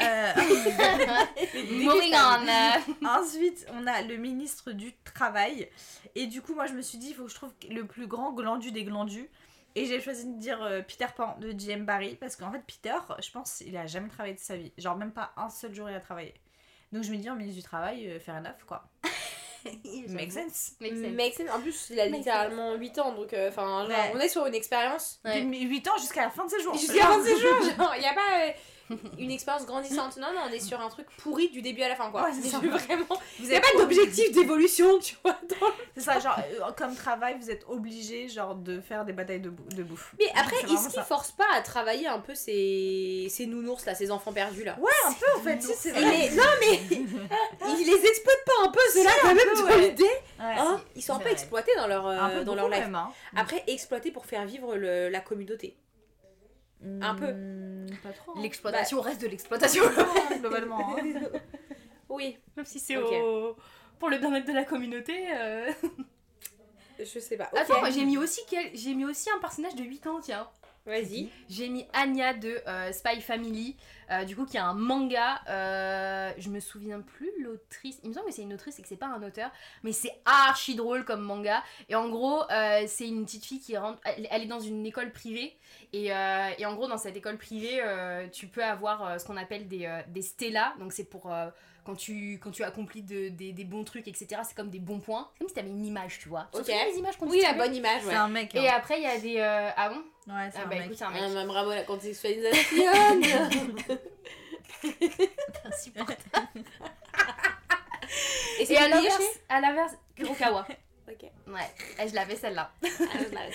Speaker 2: Euh,
Speaker 4: Moving on.
Speaker 2: ensuite, on a le ministre du Travail. Et du coup, moi, je me suis dit, il faut que je trouve le plus grand glandu des glandus. Et j'ai choisi de dire euh, Peter Pan de J.M. Barry. Parce qu'en fait, Peter, je pense, il a jamais travaillé de sa vie. Genre, même pas un seul jour, il a travaillé. Donc, je me dis, en ministre du Travail, euh, faire un offre, quoi. Make sense.
Speaker 4: Make sense.
Speaker 3: Make sense. En plus, il a
Speaker 4: Make
Speaker 3: littéralement 8 ans, donc euh, enfin, genre,
Speaker 2: Ouais.
Speaker 3: on est sur une expérience.
Speaker 4: Ouais.
Speaker 2: 8 ans jusqu'à la fin de ses jours.
Speaker 3: Jusqu'à 26 jours. Genre, il n'y a pas euh, une expérience grandissante. Non, non, on est sur un truc pourri du début à la fin, quoi.
Speaker 2: Ouais, c'est ça.
Speaker 3: C'est vraiment.
Speaker 2: Vous
Speaker 3: Il n'y a
Speaker 2: êtes
Speaker 3: pas d'objectif d'évolution, tu vois. dans le-
Speaker 2: C'est ça, genre, euh, comme travail, vous êtes obligé, genre, de faire des batailles de, bou- de bouffe.
Speaker 3: Mais
Speaker 2: C'est
Speaker 3: après, est-ce
Speaker 2: vraiment
Speaker 3: qu'il
Speaker 2: ça.
Speaker 3: force pas à travailler un peu ces, ces nounours là, ces enfants perdus là
Speaker 2: Ouais, un peu, en fait, si, c'est
Speaker 3: Et
Speaker 2: vrai.
Speaker 3: les- Non, mais il les exploite pas un peu, ceux-là, quand même, dans l'idée.
Speaker 2: Ouais.
Speaker 3: Hein Ils sont un
Speaker 4: c'est
Speaker 3: peu
Speaker 4: vrai.
Speaker 3: exploités dans leur, euh,
Speaker 2: Ah, un peu
Speaker 3: dans leur life.
Speaker 2: même, hein.
Speaker 3: Après, exploité pour faire vivre le- la communauté. Un peu.
Speaker 2: peu. Pas trop. hein.
Speaker 4: L'exploitation
Speaker 3: Bah.
Speaker 4: reste de l'exploitation.
Speaker 2: Ouais, Globalement. hein.
Speaker 3: Oui,
Speaker 4: Même si c'est
Speaker 3: Ok.
Speaker 4: au- pour le bien-être de la communauté. euh.
Speaker 3: je sais pas.
Speaker 4: Attends, Ah, moi,
Speaker 3: Ok,
Speaker 4: j'ai mis aussi quel- j'ai mis aussi un personnage de 8 ans, tiens.
Speaker 3: vas-y.
Speaker 4: J'ai mis Anya de euh, Spy Family, euh, du coup qui a un manga. euh, je me souviens plus l'autrice. Il me semble que c'est une autrice et que c'est pas un auteur, mais c'est archi drôle comme manga. Et en gros, euh, c'est une petite fille qui rentre. Elle, elle est dans une école privée et, euh, et en gros dans cette école privée, euh, tu peux avoir euh, ce qu'on appelle des euh, des stellas. Donc c'est pour euh, quand tu, quand tu accomplis de- des, des bons trucs, etc., c'est comme des bons points. C'est comme si t'avais une image, tu vois. Tu te
Speaker 3: Ok.
Speaker 4: souviens des images qu'on
Speaker 3: Oui, la
Speaker 4: distribue
Speaker 3: bonne image,
Speaker 2: C'est
Speaker 3: ouais.
Speaker 2: un mec.
Speaker 4: Et
Speaker 2: hein.
Speaker 4: après, il y a des. euh, Ah bon
Speaker 2: Ouais, c'est
Speaker 4: Ah
Speaker 2: un
Speaker 4: bah
Speaker 2: mec.
Speaker 4: écoute, c'est un mec.
Speaker 3: Ah, mais bravo la contextualisation Et
Speaker 4: Et
Speaker 3: c'est
Speaker 4: à
Speaker 3: alors
Speaker 4: l'inverse, à l'inverse, Kurokawa.
Speaker 3: Ok.
Speaker 4: Ouais, eh, je l'avais celle-là.
Speaker 3: Ah, je l'avais.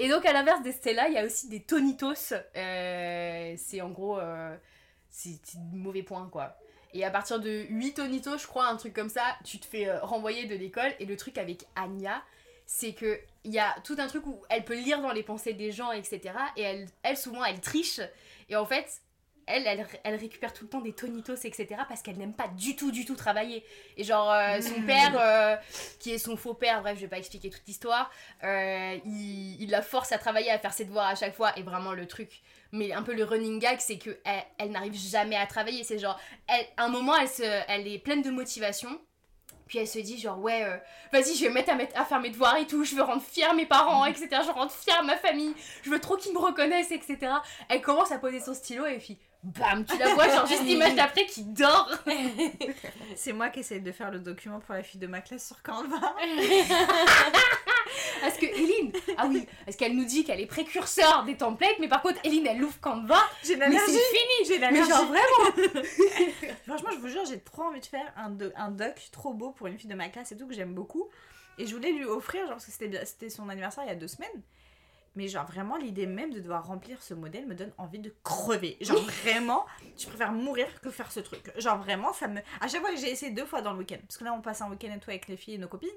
Speaker 4: Et donc à l'inverse des Stella, il y a aussi des Tonitos. Euh, c'est en gros, euh, c'est c'est de mauvais points quoi. Et à partir de 8 Tonitos, je crois, un truc comme ça, tu te fais euh, renvoyer de l'école. Et le truc avec Anya, c'est que il y a tout un truc où elle peut lire dans les pensées des gens, etc. Et elle, elle souvent, elle triche. Et en fait, elle, elle, elle récupère tout le temps des Tonitos, etc. Parce qu'elle n'aime pas du tout, du tout travailler. Et genre, euh, son
Speaker 2: Mm.
Speaker 4: père, euh, qui est son faux père, bref, je vais pas expliquer toute l'histoire, euh, il, il la force à travailler, à faire ses devoirs à chaque fois. Et vraiment, le truc, mais un peu le running gag, c'est que elle, elle n'arrive jamais à travailler. C'est genre, elle, à un moment, elle, se, elle est pleine de motivation. Puis elle se dit genre ouais euh, vas-y je vais me mettre à, mettre à faire mes devoirs et tout je veux rendre fier mes parents etc je veux rendre fier ma famille je veux trop qu'ils me reconnaissent etc elle commence à poser son stylo et puis bam tu la vois genre juste l'image d'après qui dort
Speaker 2: C'est moi qui essaye de faire le document pour la fille de ma classe sur Canva.
Speaker 4: Parce que Eline, ah oui, parce qu'elle nous dit qu'elle est précurseur des templates, mais par contre, Eline, elle ouvre Canva,
Speaker 2: J'ai de
Speaker 4: mais c'est
Speaker 2: l'allergie.
Speaker 4: fini
Speaker 2: J'ai de
Speaker 4: Mais
Speaker 2: l'allergie.
Speaker 4: genre vraiment
Speaker 2: Franchement, je vous jure, j'ai trop envie de faire un, do- un doc trop beau pour une fille de ma classe et tout que j'aime beaucoup. Et je voulais lui offrir, genre, parce que c'était bien- c'était son anniversaire il y a deux semaines. Mais genre, vraiment, l'idée même de devoir remplir ce modèle me donne envie de crever. Genre, vraiment, je préfère mourir que faire ce truc. Genre, vraiment, ça me. À chaque fois que j'ai essayé deux fois dans le week-end, parce que là, on passe un week-end et tout avec les filles et nos copines.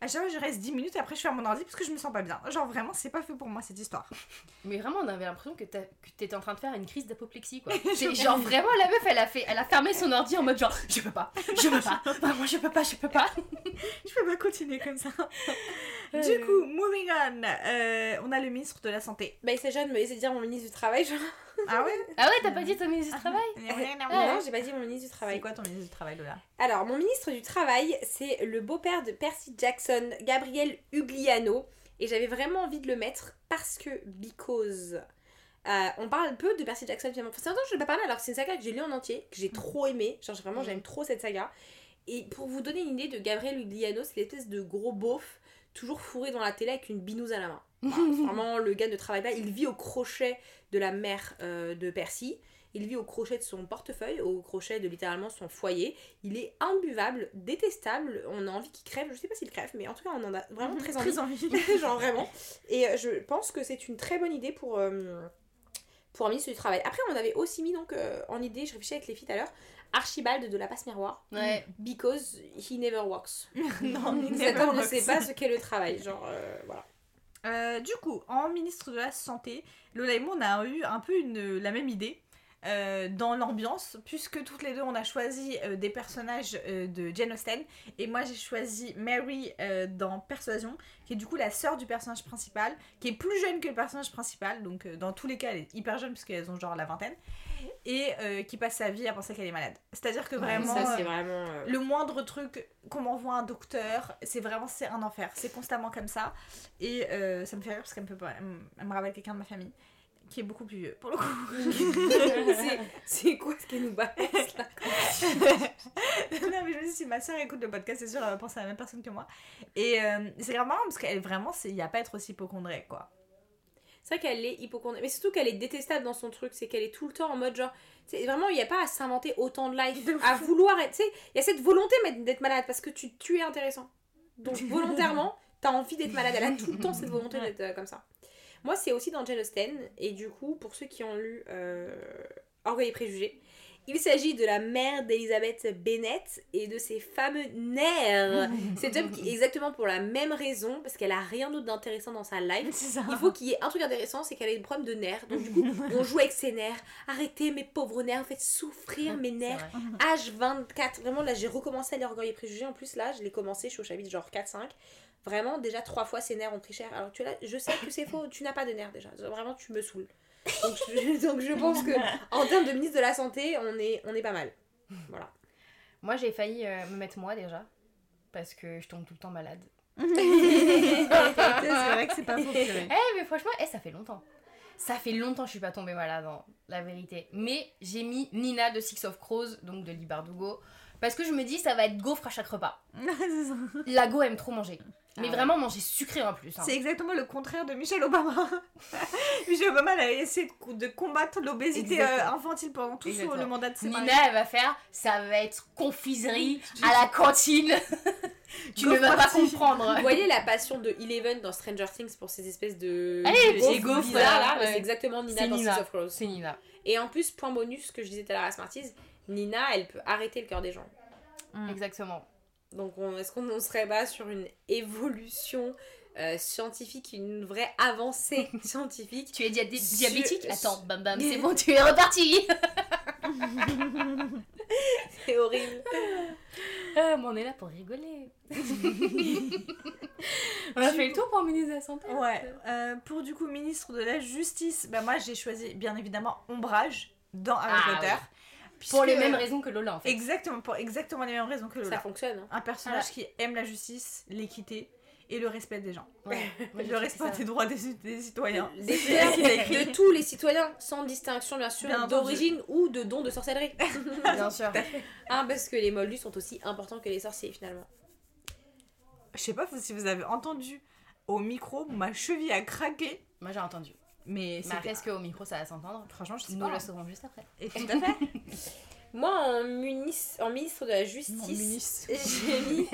Speaker 2: À chaque fois, je reste 10 minutes et après, je ferme mon ordi parce que je me sens pas bien. Genre, vraiment, c'est pas fait pour moi cette histoire.
Speaker 4: Mais vraiment, on avait l'impression que t'as- que t'étais en train de faire une crise d'apoplexie, quoi. C'est genre vraiment, la meuf, elle a, fait, elle a fermé son ordi en mode genre, je peux pas, je peux pas, vraiment, je peux pas, je peux pas.
Speaker 2: Je peux pas continuer comme ça. du coup, moving on. Euh, on a le ministre de la Santé.
Speaker 3: Bah, il s'agit de me laisser dire mon ministre du travail. Genre.
Speaker 2: Ah ouais Eh
Speaker 4: Ah ouais, t'as pas dit ton ministre du travail
Speaker 3: Non, j'ai pas dit mon ministre du
Speaker 2: Ah, C'est
Speaker 3: travail.
Speaker 2: quoi ton ministre du travail, Lola
Speaker 3: Alors, mon ministre du Travail, c'est le beau-père de Percy Jackson, Gabriel Ugliano. Et j'avais vraiment envie de le mettre parce que, because. Euh, on parle peu de Percy Jackson finalement. Enfin, c'est longtemps que je ne l'ai pas parlé alors que c'est une saga que j'ai lue en entier, que j'ai trop aimé. Genre vraiment
Speaker 4: Mhm.
Speaker 3: j'aime trop cette saga. Et pour vous donner une idée de Gabriel Ugliano, c'est l'espèce de gros beauf, toujours fourré dans la télé avec une binouse à la main. Vraiment, le gars ne travaille pas. Il vit au crochet de la mère euh, de Percy. Il vit au crochet de son portefeuille, au crochet de littéralement son foyer. Il est imbuvable, détestable. On a envie qu'il crève. Je sais pas s'il crève, mais en tout cas, on en a vraiment très envie.
Speaker 2: envie.
Speaker 3: Genre vraiment. Et euh, je pense que c'est une très bonne idée pour, euh, pour un ministre du Travail. Après, on avait aussi mis donc euh, en idée, je réfléchissais avec les filles tout à l'heure, Archibald de la passe miroir.
Speaker 4: Ouais.
Speaker 3: Because he never works.
Speaker 2: non, il
Speaker 3: Cet homme ne
Speaker 2: works.
Speaker 3: sait pas ce qu'est le travail. Genre, euh, voilà.
Speaker 2: Euh, du coup, en ministre de la Santé, Lola et moi, on a eu un peu une, la même idée. euh, dans l'ambiance, puisque toutes les deux on a choisi euh, des personnages euh, de Jane Austen et moi j'ai choisi Mary euh, dans Persuasion qui est du coup la sœur du personnage principal qui est plus jeune que le personnage principal donc euh, dans tous les cas elle est hyper jeune parce qu'elles ont genre la vingtaine et euh, qui passe sa vie à penser qu'elle est malade c'est à dire que
Speaker 4: Ouais,
Speaker 2: vraiment
Speaker 3: ça,
Speaker 2: euh,
Speaker 3: c'est vraiment. euh,
Speaker 2: le moindre truc qu'on m'envoie un docteur, c'est vraiment c'est un enfer. C'est constamment comme ça. Et euh, ça me fait rire parce qu'elle me, fait pas- elle me- elle me rappelle quelqu'un de ma famille qui est beaucoup plus vieux pour le coup.
Speaker 3: C'est- c'est quoi ce qu'elle nous balance là
Speaker 2: non mais je me dis si ma soeur écoute le podcast, c'est sûr elle va penser à la même personne que moi. Et euh, c'est grave marrant parce qu'elle vraiment, c'est- il n'y a pas à être aussi hypochondriaque quoi.
Speaker 3: C'est vrai qu'elle est hypochondriaque. Mais surtout qu'elle est détestable dans son truc. C'est qu'elle est tout le temps en mode genre. C'est vraiment, il n'y a pas à s'inventer autant de life.
Speaker 2: De
Speaker 3: à vouloir être. Tu sais, il y a cette volonté mais d'être malade parce que tu, tu es intéressant. Donc volontairement, t'as envie d'être malade. Elle a tout le temps cette volonté d'être euh, comme ça. Moi, c'est aussi dans Jane Austen. Et du coup, pour ceux qui ont lu euh, Orgueil et Préjugés. Il s'agit de la mère d'Elisabeth Bennett et de ses fameux nerfs. Cet homme qui est exactement pour la même raison, parce qu'elle a rien d'autre d'intéressant dans sa life,
Speaker 2: C'est ça.
Speaker 4: Ah.
Speaker 3: il faut qu'il y ait un truc intéressant, c'est qu'elle a des problèmes de nerfs. Donc du coup, on joue avec ses nerfs. Arrêtez mes pauvres nerfs, faites souffrir mes
Speaker 4: C'est
Speaker 3: nerfs.
Speaker 4: vrai.
Speaker 3: H24, vraiment là j'ai recommencé à lire Orgueil et Préjugés. En plus là, je l'ai commencé, je suis au chapitre genre 4-5. Vraiment, déjà trois fois ses nerfs ont pris cher. Alors tu là, je sais que c'est faux, tu n'as pas de nerfs déjà. Vraiment, tu me saoules. Donc je, donc, je pense que en termes de ministre de la Santé, on est, on est pas mal. Voilà.
Speaker 4: Moi, j'ai failli euh, me mettre moi déjà, parce que je tombe tout le temps malade.
Speaker 2: c'est vrai que c'est pas faux. c'est vrai.
Speaker 4: Eh, mais franchement, eh, ça fait longtemps. Ça fait longtemps que je suis pas tombée malade, hein, la vérité. Mais j'ai mis Nina de Six of Crows, donc de Lee Bardugo, parce que je me dis, ça va être gaufre à chaque repas.
Speaker 2: C'est ça.
Speaker 4: Lago aime trop manger.
Speaker 3: Ah
Speaker 4: Mais
Speaker 3: ouais.
Speaker 4: vraiment manger sucré en plus. hein.
Speaker 2: C'est exactement le contraire de Michelle Obama. Michelle Obama, elle a essayé de, co- de combattre l'obésité euh,
Speaker 4: Exactement.
Speaker 2: infantile pendant tout son,
Speaker 4: Exactement.
Speaker 2: le mandat de ses mariés.
Speaker 4: Nina, elle va faire, ça va être confiserie à la cantine. tu ne
Speaker 2: Gaufre
Speaker 4: vas pas
Speaker 2: party.
Speaker 4: comprendre.
Speaker 3: Vous voyez la passion de Eleven dans Stranger Things pour ces espèces de.
Speaker 4: Allez,
Speaker 3: gaufres
Speaker 4: les gaufres,
Speaker 3: bizarres,
Speaker 4: là,
Speaker 3: là, mais
Speaker 4: ouais.
Speaker 3: c'est exactement Nina
Speaker 4: C'est
Speaker 3: dans
Speaker 4: Nina.
Speaker 3: Six of Crows.
Speaker 4: C'est Nina.
Speaker 3: Et en plus, point bonus que je disais tout à l'heure à Smarties, Nina, elle peut arrêter le cœur des gens.
Speaker 2: Mm.
Speaker 4: Exactement.
Speaker 3: Donc on- est-ce qu'on ne serait pas sur une évolution euh, scientifique, une vraie avancée scientifique
Speaker 4: Tu es dia- diabétique
Speaker 3: Su-
Speaker 4: Attends, bam bam, c'est bon, tu es reparti.
Speaker 3: C'est horrible.
Speaker 4: Euh, mais on est là pour rigoler. on a fait le tour pour le ministre de la Santé.
Speaker 2: Ouais, euh, pour du coup ministre de la Justice, bah moi j'ai choisi bien évidemment Ombrage dans Harry
Speaker 4: Ah
Speaker 2: Potter.
Speaker 4: Pour les
Speaker 2: puisque-
Speaker 4: mêmes raisons que Lola en fait.
Speaker 2: Exactement, pour exactement les mêmes raisons que
Speaker 3: Ça
Speaker 2: Lola.
Speaker 3: fonctionne. hein.
Speaker 2: Un personnage qui aime la justice, l'équité et le respect des gens.
Speaker 4: Ouais. Moi,
Speaker 2: le
Speaker 4: je trouve que
Speaker 2: respect
Speaker 4: ça-
Speaker 2: des droits des, des citoyens.
Speaker 3: Des
Speaker 2: C'est elle qui l'a écrit.
Speaker 3: de tous les citoyens, sans distinction bien sûr,
Speaker 2: Bien entendu.
Speaker 3: d'origine ou de don de sorcellerie.
Speaker 4: Bien sûr.
Speaker 3: ah, parce que les moldus sont aussi importants que les sorciers finalement.
Speaker 2: Je sais pas si vous avez entendu au micro, ma cheville a craqué.
Speaker 4: Moi j'ai entendu.
Speaker 2: Mais
Speaker 4: Mais
Speaker 2: c'était.
Speaker 4: est-ce qu'au micro ça va s'entendre
Speaker 2: Franchement, je sais
Speaker 4: Nous
Speaker 2: pas.
Speaker 4: le saurons juste après.
Speaker 2: Et tout à fait.
Speaker 3: Moi, en, munis- en ministre de la
Speaker 2: Mon
Speaker 3: Justice,
Speaker 2: munis.
Speaker 3: j'ai mis,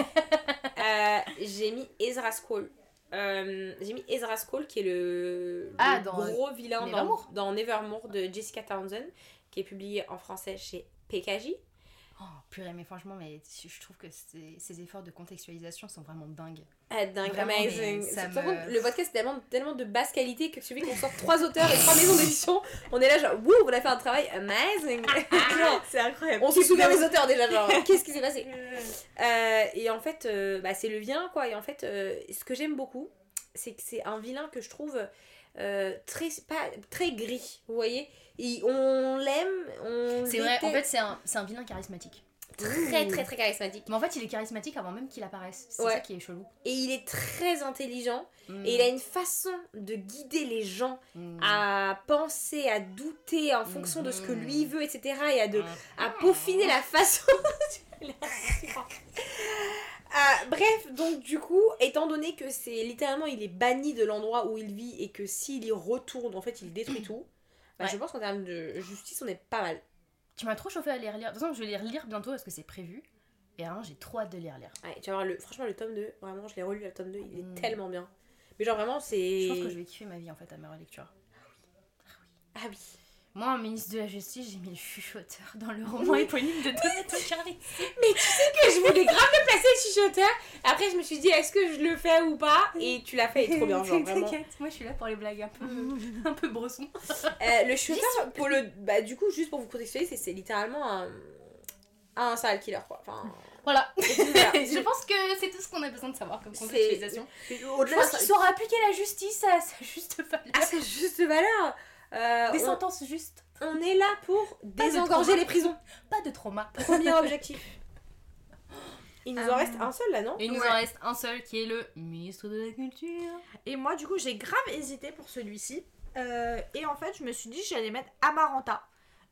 Speaker 3: euh, j'ai mis Ezra Scroll. Euh, j'ai mis Ezra Scroll qui est le,
Speaker 4: Ah,
Speaker 3: le
Speaker 4: dans,
Speaker 3: gros vilain dans,
Speaker 4: Nevermore.
Speaker 3: dans Nevermore de Jessica Townsend, qui est publié en français chez PKJ.
Speaker 4: Oh purée, mais franchement, mais je je trouve que ces ces efforts de contextualisation sont vraiment dingues.
Speaker 3: Ah, dingue,
Speaker 4: Vraiment, mais
Speaker 3: amazing.
Speaker 4: ça
Speaker 3: Par
Speaker 4: me-
Speaker 3: contre, le podcast est tellement, tellement de basse qualité que celui qu'on sort trois auteurs et trois maisons d'édition, on est là genre, wouh, on a fait un travail amazing. Genre,
Speaker 2: C'est incroyable.
Speaker 3: on se souvient des auteurs déjà, genre, qu'est-ce qui s'est passé Euh, et en fait, euh, bah, c'est le vilain, quoi. Et en fait, euh, ce que j'aime beaucoup, c'est que c'est un vilain que je trouve euh, très, pas, très gris, vous voyez Et On l'aime, on
Speaker 4: C'est vrai, en
Speaker 3: déteste-
Speaker 4: fait, c'est un, c'est un vilain charismatique.
Speaker 3: très, très, très charismatique.
Speaker 4: Mais en fait, il est charismatique avant même qu'il apparaisse. C'est
Speaker 3: Ouais.
Speaker 4: ça qui est chelou.
Speaker 3: Et il est très intelligent,
Speaker 4: Mm.
Speaker 3: et il a une façon de guider les gens
Speaker 4: Mm.
Speaker 3: à penser, à douter en fonction de ce que lui veut, etc. Et à, de,
Speaker 4: Mm.
Speaker 3: à peaufiner la façon. Ah, bref, donc du coup, étant donné que c'est littéralement il est banni de l'endroit où il vit et que s'il y retourne, en fait, il détruit tout. bah,
Speaker 4: Ouais.
Speaker 3: Je pense qu'en termes de justice, on est pas mal.
Speaker 4: Tu m'as trop chauffé à les relire. De toute façon, je vais les relire bientôt parce que c'est prévu. Et hein, j'ai trop hâte de les relire.
Speaker 3: Ouais, tu vas voir, le, franchement, le tome 2, vraiment, je l'ai relu, le tome 2, il est
Speaker 4: Mm.
Speaker 3: tellement bien. Mais genre, vraiment, c'est.
Speaker 4: Je pense que je vais kiffer ma vie en fait à ma relecture.
Speaker 3: Ah oui.
Speaker 4: Moi, en ministre de la Justice, j'ai mis le chuchoteur dans le roman éponyme de Donato Carli.
Speaker 3: que je voulais grave le placer le chuchoteur. Après, je me suis dit, est-ce que je le fais ou pas Et tu l'as fait, il est trop bien, genre vraiment. Mm.
Speaker 4: T'inquiète, moi je suis là pour les blagues un peu, un peu brosson.
Speaker 3: Euh, le chuchoteur, pour le, bah, du coup, juste pour vous contextualiser, c'est, c'est littéralement un, un serial killer, quoi. Enfin,
Speaker 4: Voilà,
Speaker 3: voilà.
Speaker 4: je pense que c'est tout ce qu'on a besoin de savoir comme
Speaker 3: C'est-
Speaker 4: contextualisation. Je
Speaker 3: Au-delà
Speaker 4: pense
Speaker 3: d'un-
Speaker 4: qu'il saura appliquer la justice à sa juste valeur.
Speaker 3: à sa Ah, juste valeur. euh,
Speaker 4: Des
Speaker 3: on,
Speaker 4: sentences justes,
Speaker 3: on est là pour
Speaker 4: Pas de
Speaker 3: désengorger
Speaker 4: trauma.
Speaker 3: les prisons.
Speaker 4: pas de trauma.
Speaker 3: Premier objectif. Ah. Il nous en
Speaker 2: Euh,
Speaker 3: reste un seul là, non
Speaker 4: Et il nous
Speaker 2: Ouais.
Speaker 4: en reste un seul qui est le ministre de la Culture.
Speaker 2: Et moi, du coup, j'ai grave hésité pour celui-ci. Euh, et en fait, je me suis dit que j'allais mettre Amaranta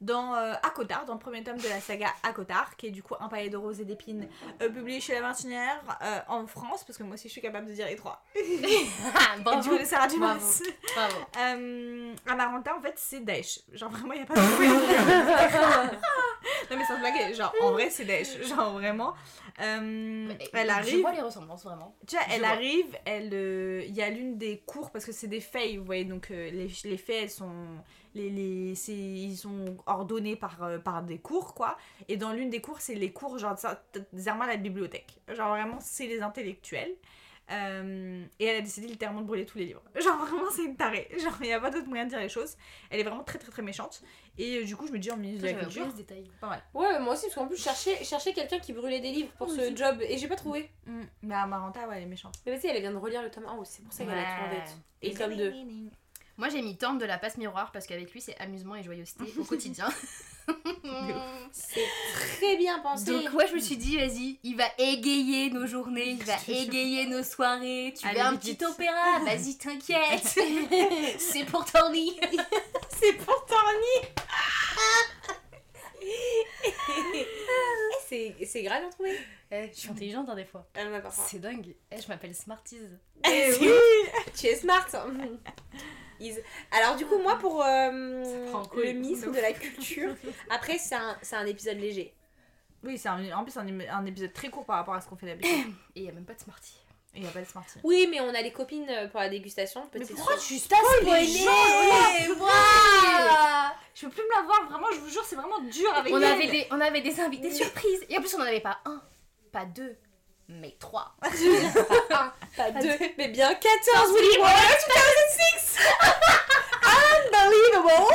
Speaker 2: dans euh, Akotar, dans le premier tome de la saga Akotar, qui est du coup un palais de roses et d'épines euh, publié chez La Martinière euh, en France, parce que moi aussi je suis capable de dire les trois.
Speaker 4: Ah,
Speaker 2: Et du coup,
Speaker 4: bravo,
Speaker 2: de Sarah Dumas.
Speaker 4: bravo. bravo.
Speaker 2: Euh, Amaranta, en fait, c'est Daesh. Genre vraiment, il n'y a pas de Non, mais sans blague, genre en vrai, c'est Daesh. Genre vraiment. Euh, elle
Speaker 4: Je
Speaker 2: arrive.
Speaker 4: vois les ressemblances vraiment.
Speaker 2: Tu vois,
Speaker 4: Je
Speaker 2: elle
Speaker 4: vois.
Speaker 2: arrive, elle, euh, il y a l'une des cours parce que c'est des fées, vous voyez, donc euh, les, les fées, elles sont, les, les, c'est- ils sont ordonnés par, euh, par des cours, quoi. Et dans l'une des cours, c'est les cours, genre, ça- t- bizarrement, la bibliothèque. Genre, vraiment, c'est les intellectuels. Euh, et elle a décidé littéralement de brûler tous les livres. Genre, vraiment, c'est une tarée. Genre, il n'y a pas d'autre moyen de dire les choses. Elle est vraiment très, très, très méchante. Et euh, du coup, je me dis, en milieu de la
Speaker 4: J'avais oublié
Speaker 2: culture,
Speaker 4: ce détail.
Speaker 2: pas mal.
Speaker 3: Ouais, moi aussi, parce qu'en plus, je cherchais, je cherchais quelqu'un qui brûlait des livres pour ce job et j'ai pas trouvé.
Speaker 2: Mm. Mais Amaranta, ouais, elle est méchante.
Speaker 3: Mais vas-y, elle vient de relire le tome 1, c'est pour ça qu'elle a trop en tête. Et le tome 2.
Speaker 4: Moi j'ai mis Torm de la passe miroir parce qu'avec lui c'est amusement et joyeuseté au quotidien.
Speaker 3: C'est très bien pensé.
Speaker 4: Donc moi je me suis dit vas-y, il va égayer nos journées, il va égayer nos soirées, tu
Speaker 2: Allez,
Speaker 4: veux un
Speaker 2: vite,
Speaker 4: petit
Speaker 2: vite.
Speaker 4: opéra, vas-y t'inquiète, c'est pour Torny.
Speaker 3: c'est pour Torny C'est c'est grave bien trouvé.
Speaker 4: Eh, je suis intelligente hein, des fois.
Speaker 3: Elle m'a pas
Speaker 4: C'est dingue. Eh, je m'appelle Smarties.
Speaker 2: Eh
Speaker 4: Eh
Speaker 3: oui Tu es smart hein. Is- Alors du coup, moi pour euh,
Speaker 4: Ça prend en couille.
Speaker 3: le ministre de la culture, après c'est un, c'est un épisode léger.
Speaker 2: Oui, c'est un- en plus un, émi- un épisode très court par rapport à ce qu'on fait d'habitude.
Speaker 4: Et il y a même pas de Smarties.
Speaker 2: Et il n'y a pas de Smarties.
Speaker 3: Oui, mais on a les copines euh, pour la dégustation. petite chose.
Speaker 2: tu
Speaker 4: T'as
Speaker 2: spoilé
Speaker 4: Waouh
Speaker 2: Je peux plus me la voir, vraiment, je vous jure, c'est vraiment dur avec
Speaker 4: on
Speaker 2: elle.
Speaker 4: avait, des, on avait des invités surprises. Et en plus, on n'en avait pas un, pas deux, mais trois.
Speaker 3: Pas deux, mais bien 14 Willy Wonka 2006 Unbelievable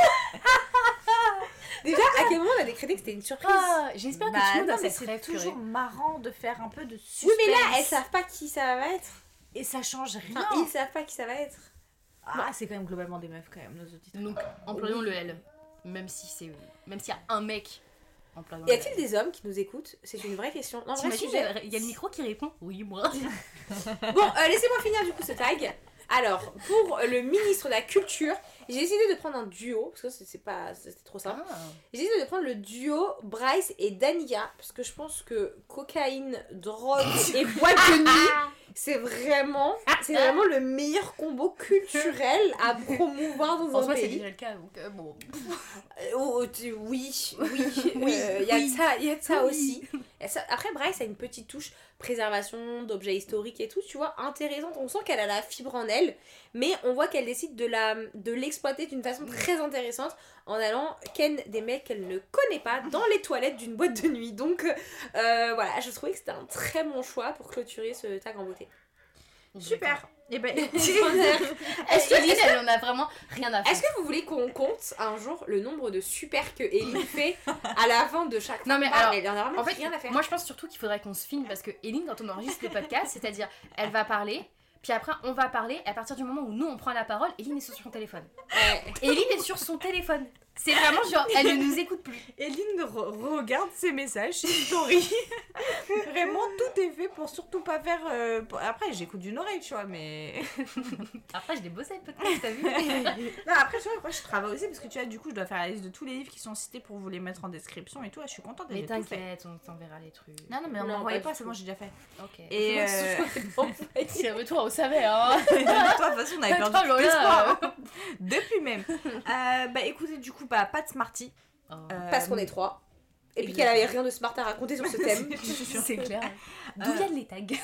Speaker 3: Déjà, à quel moment on a décrété que c'était une surprise
Speaker 4: Ah, J'espère que
Speaker 2: Bah
Speaker 4: tout le monde
Speaker 2: non,
Speaker 4: a
Speaker 2: mais
Speaker 4: cette
Speaker 2: c'est
Speaker 4: rêve purée.
Speaker 2: toujours marrant de faire un peu de suspense.
Speaker 3: Oui, mais là, elles savent pas qui ça va être.
Speaker 2: Et ça change rien.
Speaker 3: Enfin, ils savent pas qui ça va être.
Speaker 2: Ah, c'est quand même globalement des meufs, quand même, nos auditeurs.
Speaker 4: Donc, employons le L. Même si c'est, même s'il y a un mec, employons
Speaker 3: Y
Speaker 4: le
Speaker 3: a-t-il
Speaker 4: L.
Speaker 3: des hommes qui nous écoutent C'est une vraie question. Non, vrai
Speaker 4: T'imagines,
Speaker 3: sujet.
Speaker 4: il y a le micro qui répond Oui, moi.
Speaker 3: Bon, euh, laissez-moi finir du coup ce tag. Alors, pour le ministre de la Culture, j'ai décidé de prendre un duo, parce que c'est c'est pas, c'était trop simple.
Speaker 4: Ah.
Speaker 3: J'ai décidé de prendre le duo Bryce et Danica, parce que je pense que cocaïne, drogue et boîte de nuit, c'est vraiment, c'est vraiment le meilleur combo culturel à promouvoir dans
Speaker 4: En
Speaker 3: un
Speaker 4: soi, c'est
Speaker 3: pays.
Speaker 4: déjà le cas, donc euh, bon.
Speaker 3: Euh, oh, oh, tu- oui, oui, euh, il
Speaker 4: Oui,
Speaker 3: y a de
Speaker 4: oui.
Speaker 3: ça, y a de ça
Speaker 4: Oui.
Speaker 3: aussi. Et ça- après, Braille, ça a une petite touche préservation d'objets historiques et tout, tu vois, intéressante. On sent qu'elle a la fibre en elle, mais on voit qu'elle décide de la de l'exploiter d'une façon très intéressante en allant ken des mecs qu'elle ne connaît pas dans les toilettes d'une boîte de nuit. Donc euh, voilà, je trouvais que c'était un très bon choix pour clôturer ce tag en beauté.
Speaker 2: Super. Et ben,
Speaker 4: Est-ce que Lynn, elle en a vraiment rien à faire
Speaker 3: Est-ce que vous voulez qu'on compte un jour le nombre de super que Ellie fait à la fin de chaque
Speaker 4: Non, mais
Speaker 3: Ah,
Speaker 4: alors,
Speaker 3: elle en a vraiment
Speaker 4: En fait,
Speaker 3: rien à faire.
Speaker 4: moi je pense surtout qu'il faudrait qu'on se filme parce que Eline, quand on enregistre le podcast, c'est-à-dire elle va parler, puis après on va parler, et à partir du moment où nous on prend la parole, Eline est sur son téléphone.
Speaker 3: Ouais.
Speaker 4: Eline est sur son téléphone. C'est vraiment genre, elle ne nous écoute plus.
Speaker 2: Eline re- regarde ses messages, ses stories. Vraiment, tout est fait pour surtout pas faire. euh, pour- Après, j'écoute d'une oreille, tu vois, mais.
Speaker 4: Après, je l'ai bossé le podcast, t'as vu
Speaker 2: Non, après, tu vois, après, je travaille aussi parce que tu vois, du coup, je dois faire la liste de tous les livres qui sont cités pour vous les mettre en description et tout. Là, je suis contente
Speaker 4: Mais
Speaker 2: d'être tout fait.
Speaker 4: t'inquiète, on t'enverra les trucs.
Speaker 2: Non, non, mais on
Speaker 3: Non,
Speaker 2: m'envoyait pas,
Speaker 3: pas du
Speaker 2: c'est
Speaker 3: tout.
Speaker 2: bon, j'ai déjà fait.
Speaker 4: Ok.
Speaker 2: Et.
Speaker 3: Moi,
Speaker 2: euh,
Speaker 3: ce soir, en fait,
Speaker 4: C'est retour, on savait, hein Oh
Speaker 2: de toute façon, on avait perdu
Speaker 4: Attends,
Speaker 2: tout
Speaker 4: Lola,
Speaker 2: espoir. hein. Depuis même. Euh, bah écoutez, du coup, bah, pas de Smarty.
Speaker 4: Oh.
Speaker 2: Euh,
Speaker 3: Parce qu'on est trois. Et puis
Speaker 2: exactement.
Speaker 3: qu'elle avait rien de smart à raconter sur ce thème.
Speaker 4: C'est clair. D'où
Speaker 2: Euh.
Speaker 4: viennent les tags
Speaker 2: Je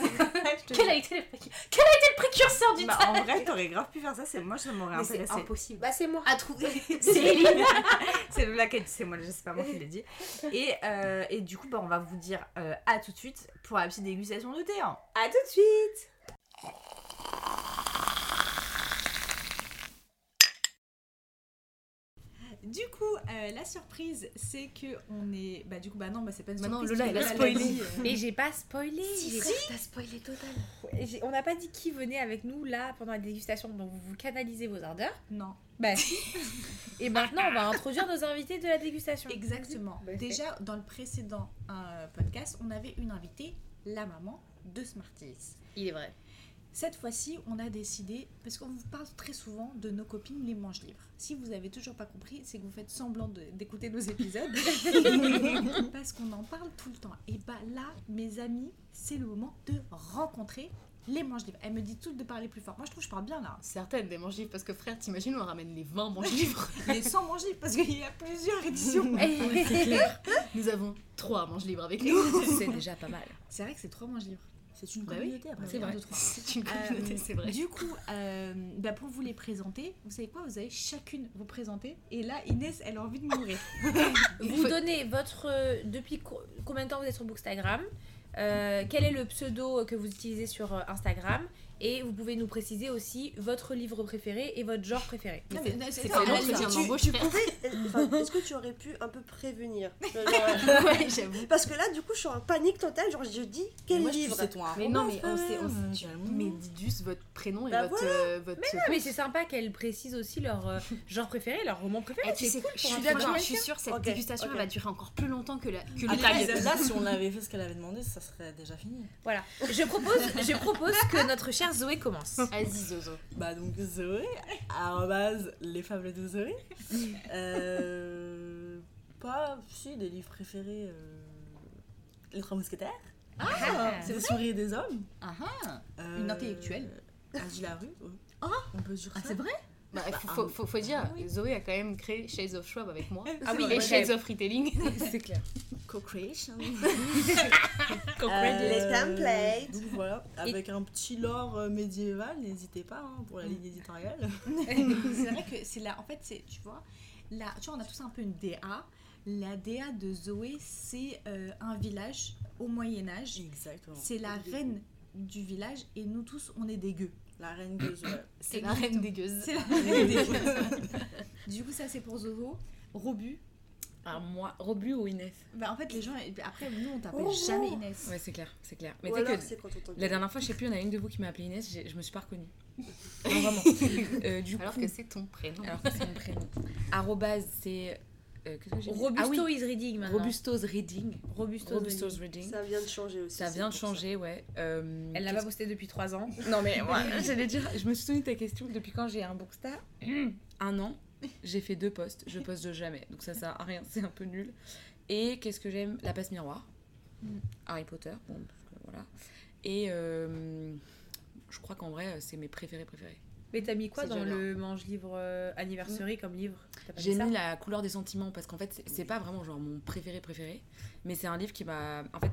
Speaker 2: te
Speaker 4: Quel a été le précu- Quel a été le précurseur du
Speaker 2: Bah,
Speaker 4: tag
Speaker 2: en vrai, t'aurais grave pu faire ça, c'est moi, ça m'aurait
Speaker 3: Mais c'est
Speaker 2: intéressé.
Speaker 3: impossible. Bah c'est moi.
Speaker 4: À trouver. C'est Eline.
Speaker 2: C'est le black c'est moi, c'est pas moi qui l'ai dit. Et, euh, et du coup, bah, on va vous dire euh, à tout de suite pour la petite dégustation de thé. hein.
Speaker 3: À tout de suite.
Speaker 2: Du coup, euh, la surprise, c'est que on est. Bah, du coup, bah non, bah c'est pas une
Speaker 4: Maintenant,
Speaker 2: surprise.
Speaker 4: Lola, elle
Speaker 2: puisque
Speaker 4: a spoilé.
Speaker 5: Mais j'ai pas spoilé. j'ai-
Speaker 3: T'as spoilé total.
Speaker 5: j'ai- On n'a pas dit qui venait avec nous là pendant la dégustation, donc vous vous canalisez vos ardeurs.
Speaker 2: Non,
Speaker 5: Bah si. Et maintenant, on va introduire nos invités de la dégustation.
Speaker 2: exactement.
Speaker 4: Ben,
Speaker 5: Bah,
Speaker 2: Déjà, dans le précédent euh, podcast, on avait une invitée, la maman de Smarties.
Speaker 5: Il est vrai.
Speaker 2: Cette fois-ci, on a décidé, parce qu'on vous parle très souvent de nos copines les manches libres. Si vous avez toujours pas compris, c'est que vous faites semblant de- d'écouter nos épisodes. parce qu'on en parle tout le temps. Et bah là, mes amis, c'est le moment de rencontrer les manches libres. Elles me disent toutes de parler plus fort. Moi, je trouve que je parle bien là.
Speaker 4: Certaines des manches livres, parce que frère, t'imagines, on ramène les 20 manches livres.
Speaker 2: Les 100 manches libres, parce qu'il y a plusieurs éditions.
Speaker 4: Nous avons 3 manches libres avec nous.
Speaker 5: C'est déjà pas mal.
Speaker 2: C'est vrai que c'est trois manches libres. C'est une
Speaker 4: Bah oui,
Speaker 2: communauté, après.
Speaker 4: C'est
Speaker 2: un,
Speaker 4: vrai.
Speaker 2: deux, trois.
Speaker 4: C'est une communauté,
Speaker 2: Euh,
Speaker 4: c'est vrai.
Speaker 2: Du coup, euh, bah, pour vous les présenter, vous savez quoi Vous allez chacune vous présenter. Et là, Inès, elle a envie de mourir.
Speaker 5: Vous donnez votre. euh, depuis co- combien de temps vous êtes sur Bookstagram euh, Quel est le pseudo que vous utilisez sur euh, Instagram Et vous pouvez nous préciser aussi votre livre préféré et votre genre préféré.
Speaker 6: Non, mais- non,
Speaker 4: C'est
Speaker 6: c'est
Speaker 4: pas
Speaker 6: ça,
Speaker 4: long,
Speaker 6: elle
Speaker 4: c'est
Speaker 6: dit,
Speaker 4: un
Speaker 6: tu-
Speaker 4: embauche,
Speaker 6: tu
Speaker 4: frère.
Speaker 6: pouvais- enfin, Est-ce que tu aurais pu un peu prévenir Genre,
Speaker 4: Ouais, j'avoue.
Speaker 6: Parce que là, du coup, je suis en panique totale. Genre, je dis quel livre
Speaker 1: toi.
Speaker 4: Mais non, mais on s'est. on s'est-
Speaker 2: tu
Speaker 4: Mais dites juste votre prénom et
Speaker 6: Bah
Speaker 4: votre. euh, votre
Speaker 5: Ah, mais c'est sympa qu'elles précisent aussi leur euh, genre préféré, leur roman préféré.
Speaker 4: Eh, tu sais, je suis d'accord, je suis sûre, cette
Speaker 6: Ok,
Speaker 4: dégustation elle
Speaker 6: ok.
Speaker 4: va durer encore plus longtemps que, la,
Speaker 5: Ah,
Speaker 4: que le
Speaker 1: Après,
Speaker 4: tag.
Speaker 1: Ah, là, si on avait fait ce qu'elle avait demandé, ça serait déjà fini.
Speaker 5: Voilà. Je propose, je propose que notre chère Zoé commence.
Speaker 4: Vas-y, Zozo.
Speaker 1: Bah donc Zoé, arrobase les fables de Zoé. Euh, pas, si, des livres préférés. euh, les trois mousquetaires. C'est des souris et des hommes. Euh,
Speaker 2: Une intellectuelle. Ah
Speaker 1: Agile la rue. on peut dire ça.
Speaker 2: vrai
Speaker 4: Bah, faut, faut, faut- faut dire, Zoé a quand même créé Shades of Schwab avec moi.
Speaker 5: Ah oui,
Speaker 4: et
Speaker 5: ouais.
Speaker 4: Shades of Retailing.
Speaker 5: C'est clair.
Speaker 1: Co-creation.
Speaker 5: euh,
Speaker 6: Congratulations. Les templates.
Speaker 1: Donc voilà, avec un petit lore euh, médiéval, n'hésitez pas hein, pour la ligne éditoriale.
Speaker 2: C'est vrai que c'est là, en fait, c'est, tu vois, là, tu vois, on a tous un peu une DA. La DA de Zoé, c'est euh, un village au Moyen-Âge.
Speaker 1: Exactement.
Speaker 2: C'est la reine du village et nous tous, on est des gueux.
Speaker 1: La reine
Speaker 4: Mm.
Speaker 1: de Zoé.
Speaker 4: C'est la reine des gueuses.
Speaker 2: C'est la reine des gueux. du coup, ça, c'est pour Zozo. Robu.
Speaker 5: Alors moi, Robu ou Inès
Speaker 2: Bah, en fait, les gens, après, nous, on t'appelle
Speaker 6: Oh.
Speaker 2: jamais Inès.
Speaker 5: Ouais, c'est clair, c'est clair. Mais
Speaker 6: Ou
Speaker 5: tu sais
Speaker 6: alors,
Speaker 5: que
Speaker 6: c'est quand on t'entend.
Speaker 5: la dernière fois, je sais plus, il y en a une de vous qui m'a appelé Inès, j'ai- je me suis pas reconnue. Non, vraiment. Euh, du
Speaker 4: Alors
Speaker 5: coup,
Speaker 4: que c'est ton prénom.
Speaker 5: alors que c'est mon prénom. Arrobase, c'est. euh, qu'est-ce que j'ai dit
Speaker 7: Robusto
Speaker 5: Ah oui,
Speaker 7: is reading maintenant.
Speaker 5: Robustos Reading. Robustos, Reading.
Speaker 6: Ça vient de changer aussi.
Speaker 5: Ça
Speaker 6: c'est
Speaker 5: vient de
Speaker 6: pour
Speaker 5: changer, ouais. Euh,
Speaker 7: Elle l'a pas posté depuis 3 ans.
Speaker 5: Non mais moi, j'allais dire, je me suis souvenu de ta question, depuis quand j'ai un Bookstar Un an, j'ai fait deux posts, je poste jamais, donc ça sert à rien, c'est un peu nul. Et qu'est-ce que j'aime
Speaker 7: Mm.
Speaker 5: La passe miroir, Harry Potter, bon, parce que voilà. Et euh,
Speaker 7: je crois qu'en vrai, c'est mes préférés préférés.
Speaker 5: Mais t'as mis quoi
Speaker 7: C'est
Speaker 5: dans
Speaker 7: déjà bien.
Speaker 5: le mange-livre euh, anniversary comme livre T'as pas
Speaker 7: J'ai
Speaker 5: ça
Speaker 7: mis la couleur des sentiments parce qu'en fait, c'est- c'est pas vraiment genre mon préféré préféré, mais c'est un livre qui m'a. En fait,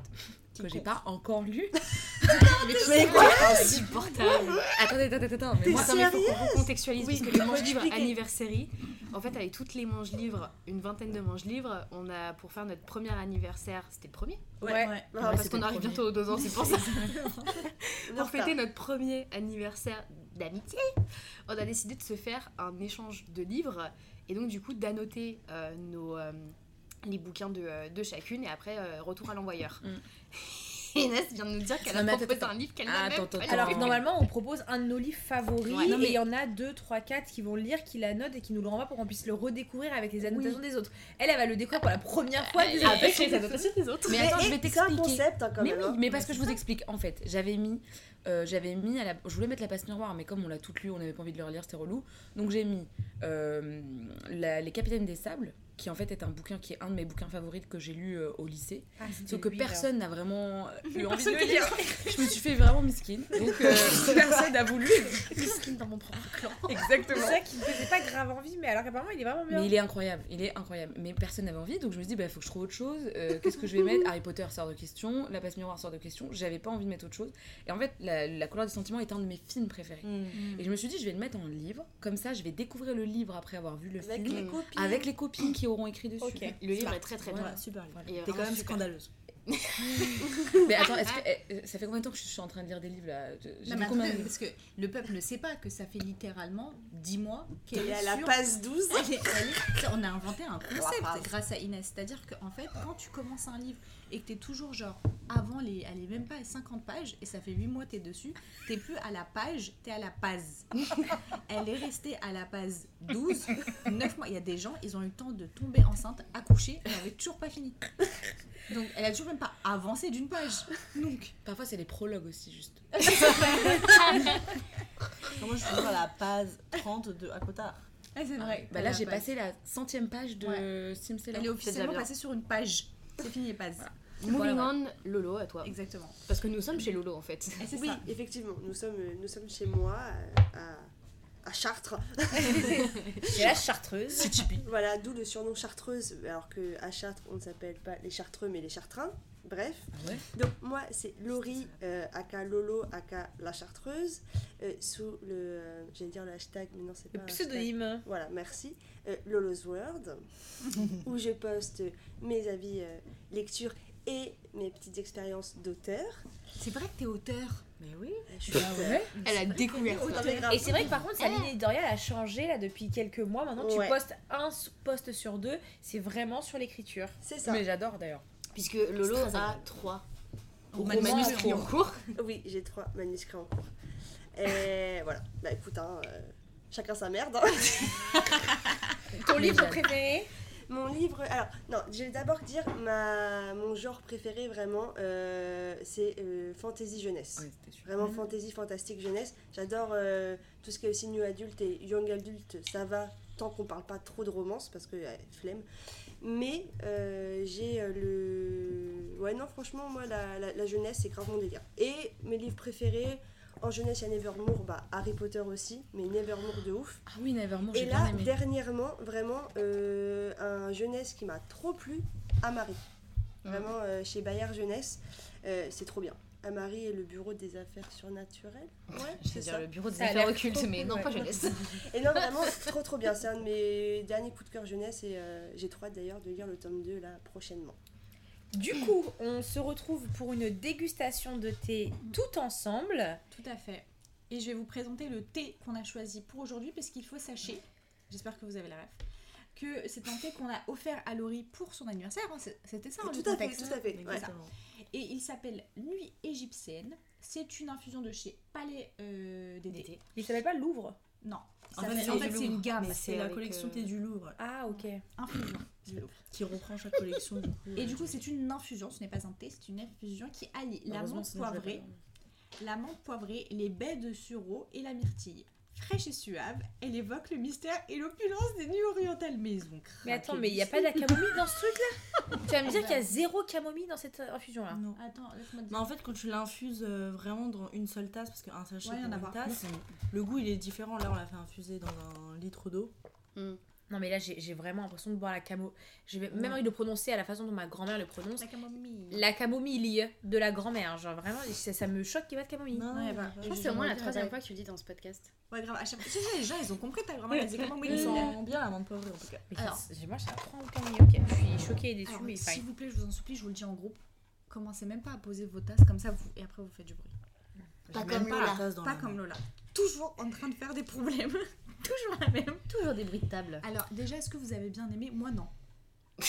Speaker 7: que j'ai pas encore lu. mais tu sais quoi Insupportable Attendez, attendez, attendez, mais moi,
Speaker 6: T'es
Speaker 7: ça
Speaker 6: sûr
Speaker 7: m'est-
Speaker 6: sérieux
Speaker 4: mais faut qu'on recontextualise
Speaker 6: Oui,
Speaker 4: parce que les
Speaker 6: faut
Speaker 4: manges-livres
Speaker 6: expliquer.
Speaker 4: anniversary, en fait, avec toutes les manges-livres, une vingtaine de manges-livres, on a pour faire notre premier anniversaire, c'était le premier
Speaker 5: Ouais.
Speaker 7: Ouais,
Speaker 4: Parce
Speaker 7: Ah, c'était
Speaker 4: qu'on
Speaker 7: le
Speaker 4: arrive
Speaker 7: premier.
Speaker 4: bientôt aux deux ans, c'est pour ça.
Speaker 6: Non,
Speaker 4: Pour fêter notre premier anniversaire d'amitié, on a décidé de se faire un échange de livres et donc du coup d'annoter euh, nos euh, les bouquins de, euh, de chacune et après euh, retour à l'envoyeur. Et Inès vient de nous dire qu'elle
Speaker 7: Mm. Non,
Speaker 4: a
Speaker 7: mais attends,
Speaker 4: proposé
Speaker 7: attends.
Speaker 4: un livre qu'elle
Speaker 7: Ah,
Speaker 4: n'a même pas
Speaker 7: attends, attends,
Speaker 4: lu.
Speaker 7: attends.
Speaker 5: Alors normalement on propose un de nos livres favoris
Speaker 4: Ouais. Non, mais-
Speaker 5: et il y en a 2, 3, 4 qui vont le lire, qui la notent et qui nous le renvoient pour qu'on puisse le redécouvrir avec les annotations des autres. Elle, elle va le découvrir pour la première fois des
Speaker 1: Avec
Speaker 5: annotations
Speaker 1: les
Speaker 5: des autres.
Speaker 1: annotations des autres.
Speaker 7: Mais attends, je vais
Speaker 6: C'est un
Speaker 7: t'expliquer.
Speaker 6: concept hein, quand
Speaker 7: Mais
Speaker 6: même.
Speaker 7: oui,
Speaker 6: hein.
Speaker 7: mais parce que je vous explique. En fait, j'avais mis, euh, j'avais mis à la, je voulais mettre la passe miroir, mais comme on l'a toute lu, on n'avait pas envie de le relire, c'était relou. Donc j'ai mis euh, la- les Capitaines des Sables, qui en fait est un bouquin qui est un de mes bouquins favoris que j'ai lu euh, au lycée.
Speaker 5: Ah, c'était
Speaker 7: Sauf que
Speaker 5: lui, là.
Speaker 7: personne n'a vraiment euh, eu envie de le lire. Je me suis fait vraiment miskin. Donc euh, personne n'a voulu.
Speaker 5: Miskin dans mon propre clan. C'est
Speaker 7: Exactement.
Speaker 5: ça qui me faisait pas grave envie, mais alors apparemment il est vraiment bien.
Speaker 7: Mais il est incroyable, il est incroyable. Mais personne n'avait envie, donc je me suis dit, bah faut que je trouve autre chose. Euh, Qu'est-ce que je vais mettre Harry Potter sort de question, La Passe Miroir sort de question. J'avais pas envie de mettre autre chose. Et en fait, La, La couleur des sentiments est un de mes films préférés. Et je me suis dit, je vais le mettre en livre. Comme ça, je vais découvrir le livre après avoir vu le
Speaker 6: Avec
Speaker 7: film.
Speaker 6: les copines.
Speaker 7: Avec les copines qui auront écrit dessus.
Speaker 5: Ok.
Speaker 4: Le livre est très très bien.
Speaker 1: Voilà, super.
Speaker 4: Il est
Speaker 1: T'es quand
Speaker 4: vraiment
Speaker 1: même
Speaker 4: super.
Speaker 1: scandaleuse.
Speaker 7: Mais attends, est-ce que, eh, ça fait combien de temps que je suis en train de lire des livres là J'ai
Speaker 8: Non,
Speaker 7: lu
Speaker 8: mais
Speaker 7: combien de
Speaker 8: attendez,
Speaker 7: livres
Speaker 8: parce que le peuple ne sait pas que ça fait littéralement 10 mois qu'elle
Speaker 6: Et
Speaker 8: est
Speaker 6: à la
Speaker 8: sur...
Speaker 6: passe 12.
Speaker 8: elle est- elle est- On a inventé un concept
Speaker 6: phrase.
Speaker 8: grâce à Inès. C'est-à-dire qu'en fait, quand tu commences un livre et que t'es toujours genre avant les. Elle est même pas à 50 pages et ça fait 8 mois t'es dessus, t'es plus à la page, t'es à la pase. elle est restée à la pase 12, 9 mois. Il y a des gens, ils ont eu le temps de tomber enceinte, accoucher, elle avait toujours pas fini. Donc elle a toujours même pas avancé d'une page. Donc.
Speaker 7: Parfois, c'est les prologues aussi, juste.
Speaker 1: Non, Moi, je suis toujours à la page 30 de Akotard.
Speaker 8: Ouais, c'est vrai.
Speaker 7: Bah
Speaker 8: à
Speaker 7: là,
Speaker 8: la
Speaker 7: j'ai
Speaker 8: page.
Speaker 7: passé la centième page de Simcella.
Speaker 8: Elle est officiellement
Speaker 4: bien.
Speaker 8: passée sur une page. C'est fini les pages.
Speaker 4: Moving
Speaker 7: Voilà,
Speaker 4: on, Lolo, à toi.
Speaker 8: Exactement.
Speaker 4: Parce que nous sommes chez Lolo en fait.
Speaker 8: Et c'est
Speaker 6: Oui,
Speaker 8: ça.
Speaker 6: effectivement, nous sommes, euh, nous sommes chez moi à, à- à Chartres.
Speaker 5: C'est la chartreuse.
Speaker 7: C'est Tipeee.
Speaker 6: Voilà, d'où le surnom Chartreuse, alors que à Chartres, on ne s'appelle pas les Chartreux, mais les Chartrains. Bref.
Speaker 7: ouais
Speaker 6: Donc moi, c'est Laurie, euh, aka Lolo, aka la Chartreuse, euh, sous le, euh, j'allais dire le hashtag, mais non, Euh, c'est pas
Speaker 5: Le
Speaker 6: un hashtag.
Speaker 5: pseudonyme.
Speaker 6: Voilà, merci. Euh, Lolo's World, où je poste mes avis euh, lecture et mes petites expériences d'auteur. Euh,
Speaker 8: C'est vrai que t'es auteur.
Speaker 1: Mais oui.
Speaker 6: Je suis auteur.
Speaker 4: Elle a découvert
Speaker 6: Non, mais grave.
Speaker 5: Et c'est vrai que par contre, sa ligne éditoriale a changé là depuis quelques mois. Maintenant, tu
Speaker 6: Ouais.
Speaker 5: postes un s- post sur deux, c'est vraiment sur l'écriture.
Speaker 6: C'est ça.
Speaker 5: Mais j'adore d'ailleurs.
Speaker 4: Puisque Lolo a trois
Speaker 8: Au
Speaker 4: romans
Speaker 8: manuscrit.
Speaker 4: en cours.
Speaker 6: Oui, j'ai trois manuscrits en cours. Et voilà. Bah écoute, hein, euh, chacun sa merde. hein.
Speaker 5: Ton
Speaker 7: Mais
Speaker 5: livre
Speaker 7: j'adore.
Speaker 5: préféré
Speaker 6: Mon livre, alors non, je vais d'abord dire ma, mon genre préféré vraiment, euh, c'est euh, fantasy jeunesse.
Speaker 7: Ouais, c'était sûr. Mm.
Speaker 6: Vraiment fantasy, fantastique jeunesse. J'adore euh, tout ce qui est aussi new adulte et young adulte, ça va tant qu'on parle pas trop de romance parce que euh, flemme. Mais euh, j'ai euh, le. Ouais, non, franchement, moi, la, la- la jeunesse, c'est grave mon délire. Et mes livres préférés, en jeunesse, il y a Nevermore, bah Harry Potter aussi, mais Nevermore de ouf.
Speaker 7: Ah oui, Nevermore, j'ai
Speaker 6: Et
Speaker 7: bien
Speaker 6: là,
Speaker 7: aimé.
Speaker 6: dernièrement, vraiment, euh, un jeunesse qui m'a trop plu, Amari. Vraiment, euh, chez Bayard Jeunesse, Euh, c'est trop bien. Amari est le bureau des affaires surnaturelles. Ouais, c'est
Speaker 4: C'est
Speaker 6: ça.
Speaker 4: dire le bureau des
Speaker 5: Ça a
Speaker 4: affaires
Speaker 5: l'air
Speaker 4: occultes,
Speaker 5: trop
Speaker 4: mais
Speaker 5: cool,
Speaker 4: non,
Speaker 5: ouais.
Speaker 4: pas jeunesse.
Speaker 6: Et non, vraiment, trop trop bien. C'est un de mes derniers coups de cœur jeunesse et euh, j'ai trop hâte d'ailleurs de lire le tome 2 là prochainement.
Speaker 5: Du coup, on se retrouve pour une dégustation de thé tout ensemble.
Speaker 8: Tout à fait. Et je vais vous présenter le thé qu'on a choisi pour aujourd'hui, parce qu'il faut sachez, j'espère que vous avez la ref, que c'est un thé qu'on a offert à Laurie pour son anniversaire. hein, c'est- C'était ça, hein, le
Speaker 6: tout à fait,
Speaker 8: contexte.
Speaker 6: tout à fait. ouais.
Speaker 1: Exactement.
Speaker 8: Et il s'appelle Nuit égyptienne. C'est une infusion de chez Palais euh, des thés.
Speaker 5: Il s'appelle pas Louvre.
Speaker 8: Non.
Speaker 1: En
Speaker 8: Ça
Speaker 1: fait,
Speaker 8: fait-
Speaker 1: c'est
Speaker 8: en
Speaker 1: du
Speaker 8: fait, c'est
Speaker 1: Louvre,
Speaker 8: une gamme.
Speaker 1: Mais
Speaker 4: c'est
Speaker 1: c'est la
Speaker 4: avec,
Speaker 1: collection
Speaker 4: euh,
Speaker 1: thé du Louvre
Speaker 5: Ah, ok.
Speaker 8: Infusion.
Speaker 1: qui reprend chaque collection. Du coup, euh.
Speaker 8: Et du coup, c'est une infusion, ce n'est pas un thé, c'est une infusion qui allie la menthe poivrée, la menthe poivrée, les baies de sureau et la myrtille. Fraîche et suave, elle évoque le mystère et l'opulence des nuits orientales. Mais ils ont
Speaker 5: Mais attends,
Speaker 8: craqué
Speaker 5: mais il n'y a
Speaker 8: dessus.
Speaker 5: pas de la camomille dans ce truc-là Tu vas me dire qu'il y a zéro camomille dans cette euh, infusion-là.
Speaker 1: Non.
Speaker 8: Attends, laisse-moi te
Speaker 1: Mais en fait, quand tu l'infuses euh, vraiment dans une seule tasse, parce qu'un sachet
Speaker 8: Ouais,
Speaker 1: pour
Speaker 8: y en a
Speaker 1: une
Speaker 8: pas.
Speaker 1: tasse, le goût il est différent. Là, on l'a fait infuser dans un litre d'eau.
Speaker 5: Non, mais là, j'ai j'ai vraiment l'impression de boire la camo. J'ai même envie de le prononcer à la façon dont ma grand-mère le prononce.
Speaker 8: dire.
Speaker 5: La camomille de la grand-mère. Genre, vraiment, ça, ça me choque qu'il n'y ait pas de camomille.
Speaker 1: Non,
Speaker 8: ouais,
Speaker 1: bah,
Speaker 8: bah,
Speaker 1: ouais.
Speaker 8: je-
Speaker 1: je-
Speaker 8: c'est au moins la
Speaker 4: troisième fois que tu le dis dans ce podcast.
Speaker 8: Ouais, grave, à chaque fois. Tu sais, les gens, ils ont compris ta grand-mère, elle disait comment
Speaker 1: Il
Speaker 8: oui,
Speaker 1: sent bien la menthe poivrée en tout cas.
Speaker 5: Mais
Speaker 8: Alors.
Speaker 5: ça- c'est- moi, ça prend aucun camomille. Ok, je suis choquée et déçue,
Speaker 8: Alors,
Speaker 5: Ah, mais
Speaker 8: s'il
Speaker 5: fine.
Speaker 8: vous plaît, je vous en supplie, je vous le dis en groupe. Commencez même pas à poser vos tasses comme ça, vous, et après vous faites du bruit. Pas
Speaker 1: J'ai même
Speaker 8: comme
Speaker 1: pas
Speaker 8: Lola.
Speaker 1: la tasse dans
Speaker 8: Pas
Speaker 1: la
Speaker 8: comme
Speaker 1: main.
Speaker 8: Lola. Toujours en train de faire des problèmes. Toujours la même.
Speaker 4: Toujours des bruits de table.
Speaker 8: Alors, déjà, est-ce que vous avez bien aimé Moi, non.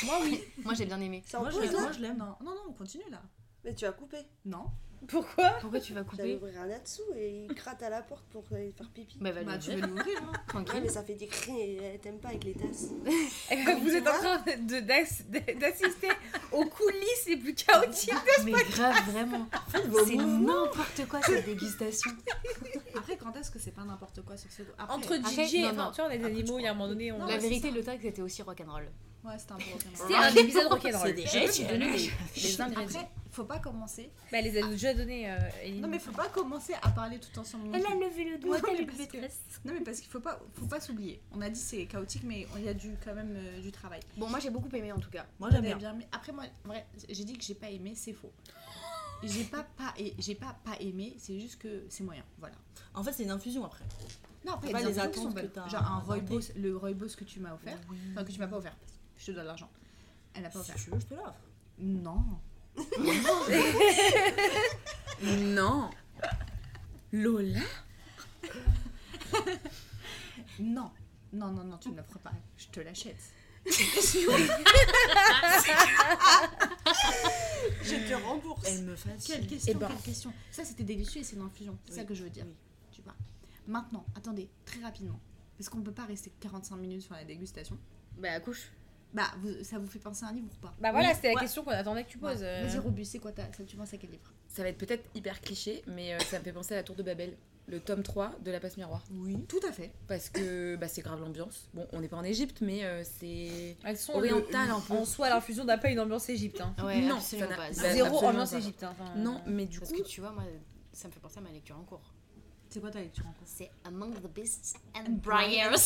Speaker 4: Moi oui, moi j'ai bien aimé.
Speaker 6: C'est en
Speaker 1: Moi, je
Speaker 6: pause,
Speaker 1: l'aime,
Speaker 6: là
Speaker 1: moi, je l'aime.
Speaker 8: Non, non, non, on continue là.
Speaker 6: Mais tu as coupé.
Speaker 8: Non.
Speaker 4: Pourquoi tu vas
Speaker 6: J'allais
Speaker 4: couper
Speaker 6: ouvrir un Natsu et il gratte à la porte pour aller faire pipi.
Speaker 4: Bah va
Speaker 8: Bah, tu
Speaker 4: l'ouvrir,
Speaker 8: veux l'ouvrir, hein.
Speaker 6: Ouais,
Speaker 4: tranquille.
Speaker 6: mais ça fait des cris et elle t'aime pas avec les tasses.
Speaker 5: vous êtes en train de- d'ass- d'assister aux coulisses les plus chaotiques.
Speaker 4: Mais grave, vraiment. C'est n'importe quoi cette dégustation.
Speaker 8: Après, quand est-ce que c'est pas n'importe quoi sur ce dos Après,
Speaker 5: Entre
Speaker 4: Après,
Speaker 5: DJ et
Speaker 4: non, non.
Speaker 5: enfin, tu vois, on est des
Speaker 8: Après, je
Speaker 5: animaux, il y a un moment donné, on.
Speaker 8: Non,
Speaker 4: La
Speaker 8: mais c'est
Speaker 4: vérité,
Speaker 8: ça.
Speaker 4: le tag c'était aussi rock'n'roll.
Speaker 8: Ouais, c'était un peu
Speaker 5: C'est
Speaker 8: rock'n'roll.
Speaker 5: un épisode rock'n'roll.
Speaker 1: C'est des
Speaker 5: J'ai
Speaker 1: gestes.
Speaker 5: donné les- les ingrédients.
Speaker 8: Après, faut pas commencer.
Speaker 5: Bah, les a déjà donnés. euh, Eline.
Speaker 8: Non, mais faut pas commencer à parler tout ensemble. non plus.
Speaker 5: levé le
Speaker 8: doigt, elle a levé le
Speaker 5: maîtresse.
Speaker 8: Non, mais parce qu'il faut pas, faut pas s'oublier. On a dit c'est chaotique, mais il y a du, quand même euh, du travail.
Speaker 4: Bon, moi j'ai beaucoup aimé en tout cas.
Speaker 1: Moi,
Speaker 8: Vous
Speaker 1: j'aime
Speaker 8: avez
Speaker 1: bien.
Speaker 8: bien aimé. Après moi, en vrai, j'ai dit que j'ai pas aimé, c'est faux. J'ai pas pas et j'ai pas pas aimé, c'est juste que c'est moyen, voilà.
Speaker 1: En fait, c'est une infusion après.
Speaker 8: Non, après
Speaker 1: Faut pas
Speaker 8: des
Speaker 1: les
Speaker 8: infusions
Speaker 1: attentes
Speaker 8: sont
Speaker 1: que
Speaker 8: bonnes.
Speaker 1: t'as
Speaker 8: Genre un Roy
Speaker 1: inventées.
Speaker 8: Boss, le Roy Boss que tu m'as offert,
Speaker 1: Oui.
Speaker 8: enfin que tu m'as pas offert, parce que je te dois de l'argent. Elle n'a pas
Speaker 1: Si
Speaker 8: offert.
Speaker 1: tu veux, je te l'offre.
Speaker 8: Non.
Speaker 7: Non
Speaker 5: Lola
Speaker 8: Non. Non, non, non, tu ne l'offres pas. Je te l'achète.
Speaker 6: Je te rembourse.
Speaker 1: Elle me fatigue.
Speaker 8: Quelle question,
Speaker 5: ben.
Speaker 8: quelle question. Ça, c'était délicieux et c'est une infusion. C'est ça que je veux dire.
Speaker 1: Oui.
Speaker 8: Tu vois. Maintenant, attendez, très rapidement. Parce qu'on peut pas rester 45 minutes sur la dégustation.
Speaker 4: Bah couche.
Speaker 8: Bah, vous- ça vous fait penser à un livre ou pas
Speaker 5: Bah voilà,
Speaker 8: Oui.
Speaker 5: c'était la
Speaker 8: Ouais.
Speaker 5: question qu'on attendait que tu poses. euh.
Speaker 8: Vas-y, Robu, c'est quoi ta... ça, tu penses à quel livre
Speaker 7: Ça va être peut-être hyper cliché, mais euh, ça me fait penser à la Tour de Babel, le tome 3 de La Passe Miroir.
Speaker 1: Oui.
Speaker 8: Tout à fait.
Speaker 7: Parce que bah, c'est grave l'ambiance. Bon, on n'est pas en Égypte, mais euh, c'est.
Speaker 5: Elles sont
Speaker 7: orientales
Speaker 5: le-
Speaker 7: un peu.
Speaker 5: En soi, l'infusion n'a pas une ambiance égypte. hein.
Speaker 4: Ouais,
Speaker 7: non,
Speaker 4: Bah, absolument
Speaker 7: ça n'a
Speaker 4: pas.
Speaker 7: zéro
Speaker 5: Zéro
Speaker 7: absolument
Speaker 5: ambiance
Speaker 7: pas.
Speaker 5: égypte. hein. Enfin,
Speaker 7: Non, mais du
Speaker 4: Parce
Speaker 7: coup,
Speaker 4: que tu vois, moi ça me fait penser à ma lecture en cours.
Speaker 1: C'est quoi ta lecture en
Speaker 4: C'est Among the Beasts and Briars.